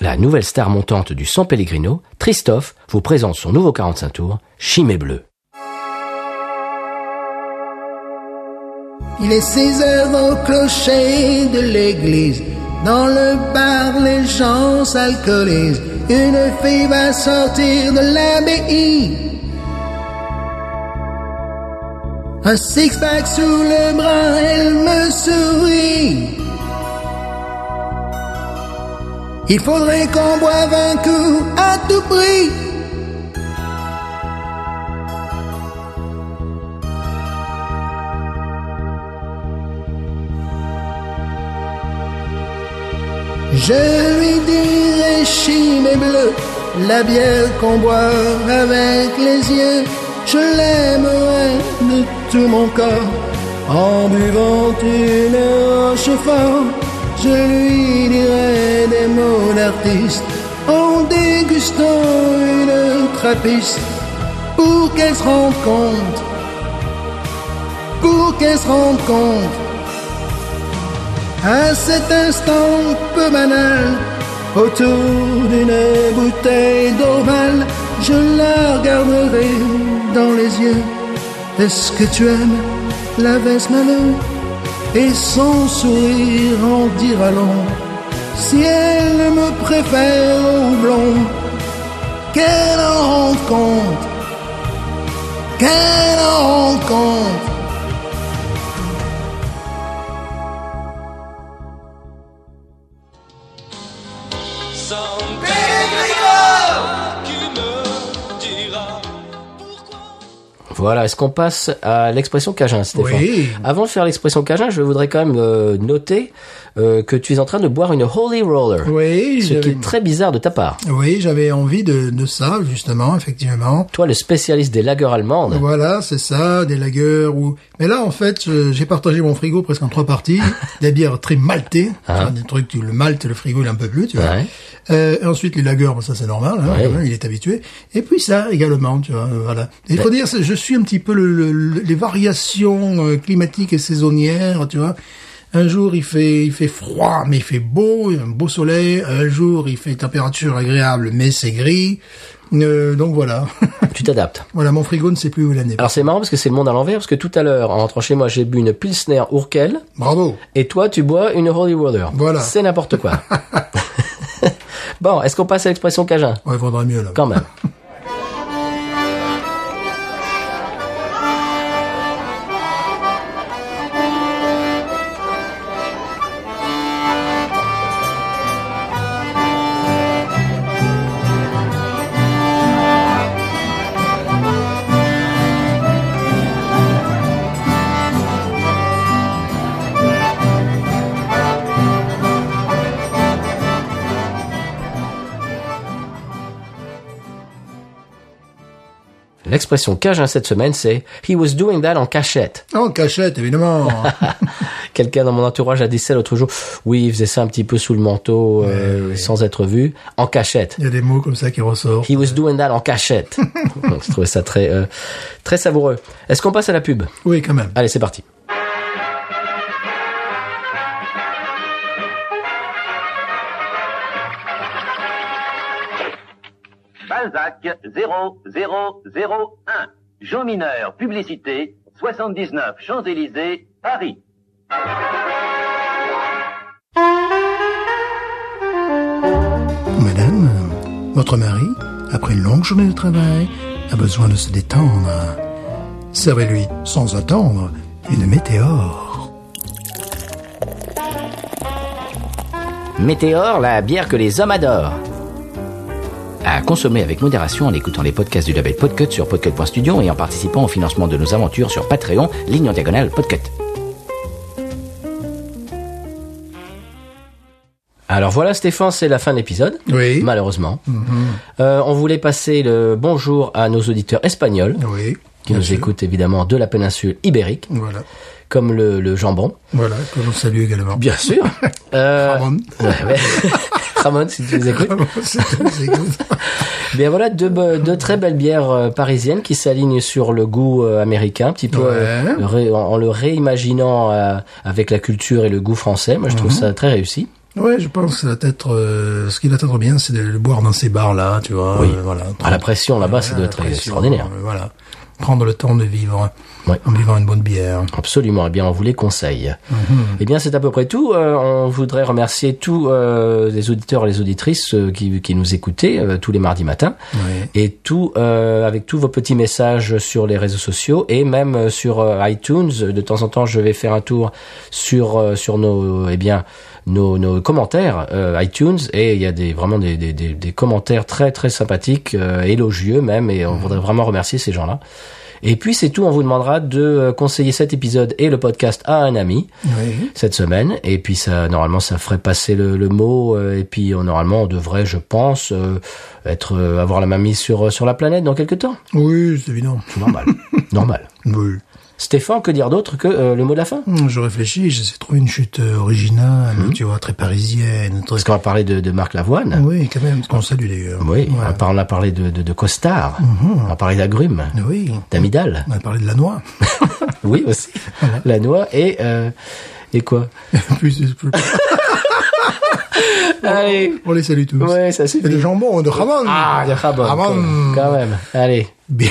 [SPEAKER 4] La nouvelle star montante du San Pellegrino, Christophe, vous présente son nouveau 45 tours, Chimée Bleue.
[SPEAKER 7] Il est 6 heures au clocher de l'église. Dans le bar, les gens s'alcoolisent. Une fille va sortir de l'abbaye. Un six-pack sous le bras, elle me sourit. Il faudrait qu'on boive un coup à tout prix. Je lui dirai chine et bleu, la bière qu'on boit avec les yeux. Je l'aimerai de tout mon corps, en buvant une rochefort. Je lui dirai des mots d'artiste, en dégustant une trappiste, pour qu'elle se rende compte, pour qu'elle se rende compte. À cet instant peu banal, autour d'une bouteille d'Orval, je la regarderai dans les yeux. Est-ce que tu aimes la veste malheur Et son sourire en dira long. Si elle me préfère au blond, qu'elle en rende compte, qu'elle en rende compte.
[SPEAKER 6] San Pellegrino qui me dira pourquoi.
[SPEAKER 4] Voilà, est-ce qu'on passe à l'expression Cajun, Stéphane
[SPEAKER 2] Oui.
[SPEAKER 4] Avant de faire l'expression Cajun, je voudrais quand même euh, noter euh, que tu es en train de boire une Holy Roller.
[SPEAKER 2] Oui,
[SPEAKER 4] Ce qui
[SPEAKER 2] j'avais-
[SPEAKER 4] est très bizarre de ta part.
[SPEAKER 2] oui, j'avais envie de, de ça, justement, effectivement.
[SPEAKER 4] Toi, le spécialiste des lagers allemandes.
[SPEAKER 2] Voilà, c'est ça, des lagers ou. Mais là, en fait, euh, j'ai partagé mon frigo presque en
[SPEAKER 4] *laughs*
[SPEAKER 2] trois parties. des bières très maltées, enfin, des trucs, tu le malte, le frigo, il est un peu plus, tu vois.
[SPEAKER 4] Ah. Ouais.
[SPEAKER 2] Euh, et ensuite, les lagers, bon, ça c'est normal, hein,
[SPEAKER 4] Ouais.
[SPEAKER 2] quand même, il est habitué. Et puis ça également, tu vois, euh, voilà. Et il faut dire, c'est- je suis un petit peu le- le- le- les variations euh, climatiques et saisonnières, tu vois. Un jour il fait il fait froid mais il fait beau, il y a un beau soleil. Un jour il fait température agréable mais c'est gris. Euh, donc voilà. *laughs*
[SPEAKER 4] Tu t'adaptes.
[SPEAKER 2] Voilà, mon frigo ne sait plus où il en est.
[SPEAKER 4] Alors c'est marrant parce que c'est le monde à l'envers, parce que tout à l'heure, en rentrant chez moi, j'ai bu une Pilsner Urkel,
[SPEAKER 2] Bravo.
[SPEAKER 4] et toi, tu bois une Holy Roller.
[SPEAKER 2] Voilà.
[SPEAKER 4] C'est n'importe quoi.
[SPEAKER 2] *laughs*
[SPEAKER 4] *laughs* bon, est-ce qu'on passe à l'expression Cajun
[SPEAKER 2] Ouais, il vaudrait mieux là.
[SPEAKER 4] Quand même. L'expression cajun cette semaine, c'est He was doing that en cachette.
[SPEAKER 2] Ah, En cachette,
[SPEAKER 4] *laughs*
[SPEAKER 2] évidemment.
[SPEAKER 4] Quelqu'un dans mon entourage a dit ça l'autre jour. Oui, il faisait ça un petit peu sous le manteau, euh, sans être vu, en cachette.
[SPEAKER 2] Il y a des mots comme ça qui ressortent.
[SPEAKER 4] He was doing that en cachette. Donc, je trouvais ça très, euh, très savoureux. Est-ce qu'on passe à la pub
[SPEAKER 2] Oui, quand même.
[SPEAKER 4] Allez, c'est parti.
[SPEAKER 8] Balzac 0001. Jean Mineur, publicité, 79 Champs-Élysées, Paris.
[SPEAKER 2] Madame, euh, votre mari, après une longue journée de travail, a besoin de se détendre. Servez-lui, sans attendre, une météore.
[SPEAKER 4] Météor, la bière que les hommes adorent. À consommer avec modération en écoutant les podcasts du label Podcut sur podcut.studio et en participant au financement de nos aventures sur Patreon, ligne en diagonale Podcut. Alors voilà Stéphane, c'est la fin de l'épisode.
[SPEAKER 2] Oui. Mhm.
[SPEAKER 4] Malheureusement. Euh, on voulait passer le bonjour à nos auditeurs espagnols
[SPEAKER 2] Oui.
[SPEAKER 4] qui
[SPEAKER 2] bien
[SPEAKER 4] nous
[SPEAKER 2] sûr.
[SPEAKER 4] écoutent évidemment de la péninsule ibérique,
[SPEAKER 2] Voilà.
[SPEAKER 4] comme le, le jambon.
[SPEAKER 2] Voilà, que l'on salue également.
[SPEAKER 4] Bien sûr. Euh,
[SPEAKER 2] *laughs* Ramon.
[SPEAKER 4] *laughs* ouais, ouais. Ramon, si tu nous écoutes.
[SPEAKER 2] C'est good.
[SPEAKER 4] Bien voilà deux, be- deux très belles bières euh, parisiennes qui s'alignent sur le goût euh, américain, un petit peu euh,
[SPEAKER 2] Ouais.
[SPEAKER 4] le ré- en, en le réimaginant euh, avec la culture et le goût français. Moi, je
[SPEAKER 2] Mhm.
[SPEAKER 4] trouve ça très réussi.
[SPEAKER 2] ouais, je pense que ça doit être, euh, ce qui doit être bien, c'est de le boire dans ces bars-là, tu vois.
[SPEAKER 4] Oui.
[SPEAKER 2] euh, voilà.
[SPEAKER 4] À Ah, la pression là-bas, Bah, ça doit
[SPEAKER 2] la
[SPEAKER 4] être
[SPEAKER 2] pression,
[SPEAKER 4] extraordinaire.
[SPEAKER 2] euh, Voilà. Prendre le temps de vivre
[SPEAKER 4] Ouais.
[SPEAKER 2] en buvant une bonne bière.
[SPEAKER 4] Absolument. Eh bien, on vous les conseille.
[SPEAKER 2] Mhm.
[SPEAKER 4] Eh bien, c'est à peu près tout. Euh, on voudrait remercier tous euh, les auditeurs et les auditrices euh, qui, qui nous écoutaient euh, tous les mardis matins.
[SPEAKER 2] Oui.
[SPEAKER 4] et tout euh, avec tous vos petits messages sur les réseaux sociaux et même euh, sur euh, iTunes. De temps en temps, je vais faire un tour sur euh, sur nos eh bien nos, nos commentaires euh, iTunes et il y a des vraiment des, des, des, des commentaires très très sympathiques, euh, élogieux même et on voudrait vraiment remercier ces gens-là. Et puis c'est tout, on vous demandera de euh, conseiller cet épisode et le podcast à un ami
[SPEAKER 2] Oui.
[SPEAKER 4] cette semaine. Et puis ça, normalement, ça ferait passer le, le mot. euh, et puis euh, normalement, on devrait, je pense, euh, être euh, avoir la main mise sur euh, sur la planète dans quelques temps.
[SPEAKER 2] Oui, c'est évident.
[SPEAKER 4] C'est *laughs* normal, normal.
[SPEAKER 2] Oui. Hum,
[SPEAKER 4] Stéphane, que dire d'autre que euh, le mot de la fin
[SPEAKER 2] Je réfléchis, j'essaie de trouver une chute euh, originale, tu vois, très parisienne, très...
[SPEAKER 4] Hum. Parce qu'on a parlé de, de Marc Lavoine.
[SPEAKER 2] Oui, quand même, qu'on salue d'ailleurs.
[SPEAKER 4] Oui.
[SPEAKER 2] Voilà.
[SPEAKER 4] On, a, par- on a parlé de, de, de Costard. On a parlé d'Agrumes.
[SPEAKER 2] Oui.
[SPEAKER 4] D'Amidal.
[SPEAKER 2] On a parlé de la noix. *laughs*
[SPEAKER 4] Oui *laughs* aussi. La noix et euh, et quoi
[SPEAKER 2] Plus- plus-
[SPEAKER 4] Allez.
[SPEAKER 2] on les salue tous.
[SPEAKER 4] Ouais, ça
[SPEAKER 2] Et de
[SPEAKER 4] suffit.
[SPEAKER 2] jambon, de ramon.
[SPEAKER 4] Ah, de Rabon.
[SPEAKER 2] Ramon.
[SPEAKER 4] Quand même. Allez.
[SPEAKER 2] Bien.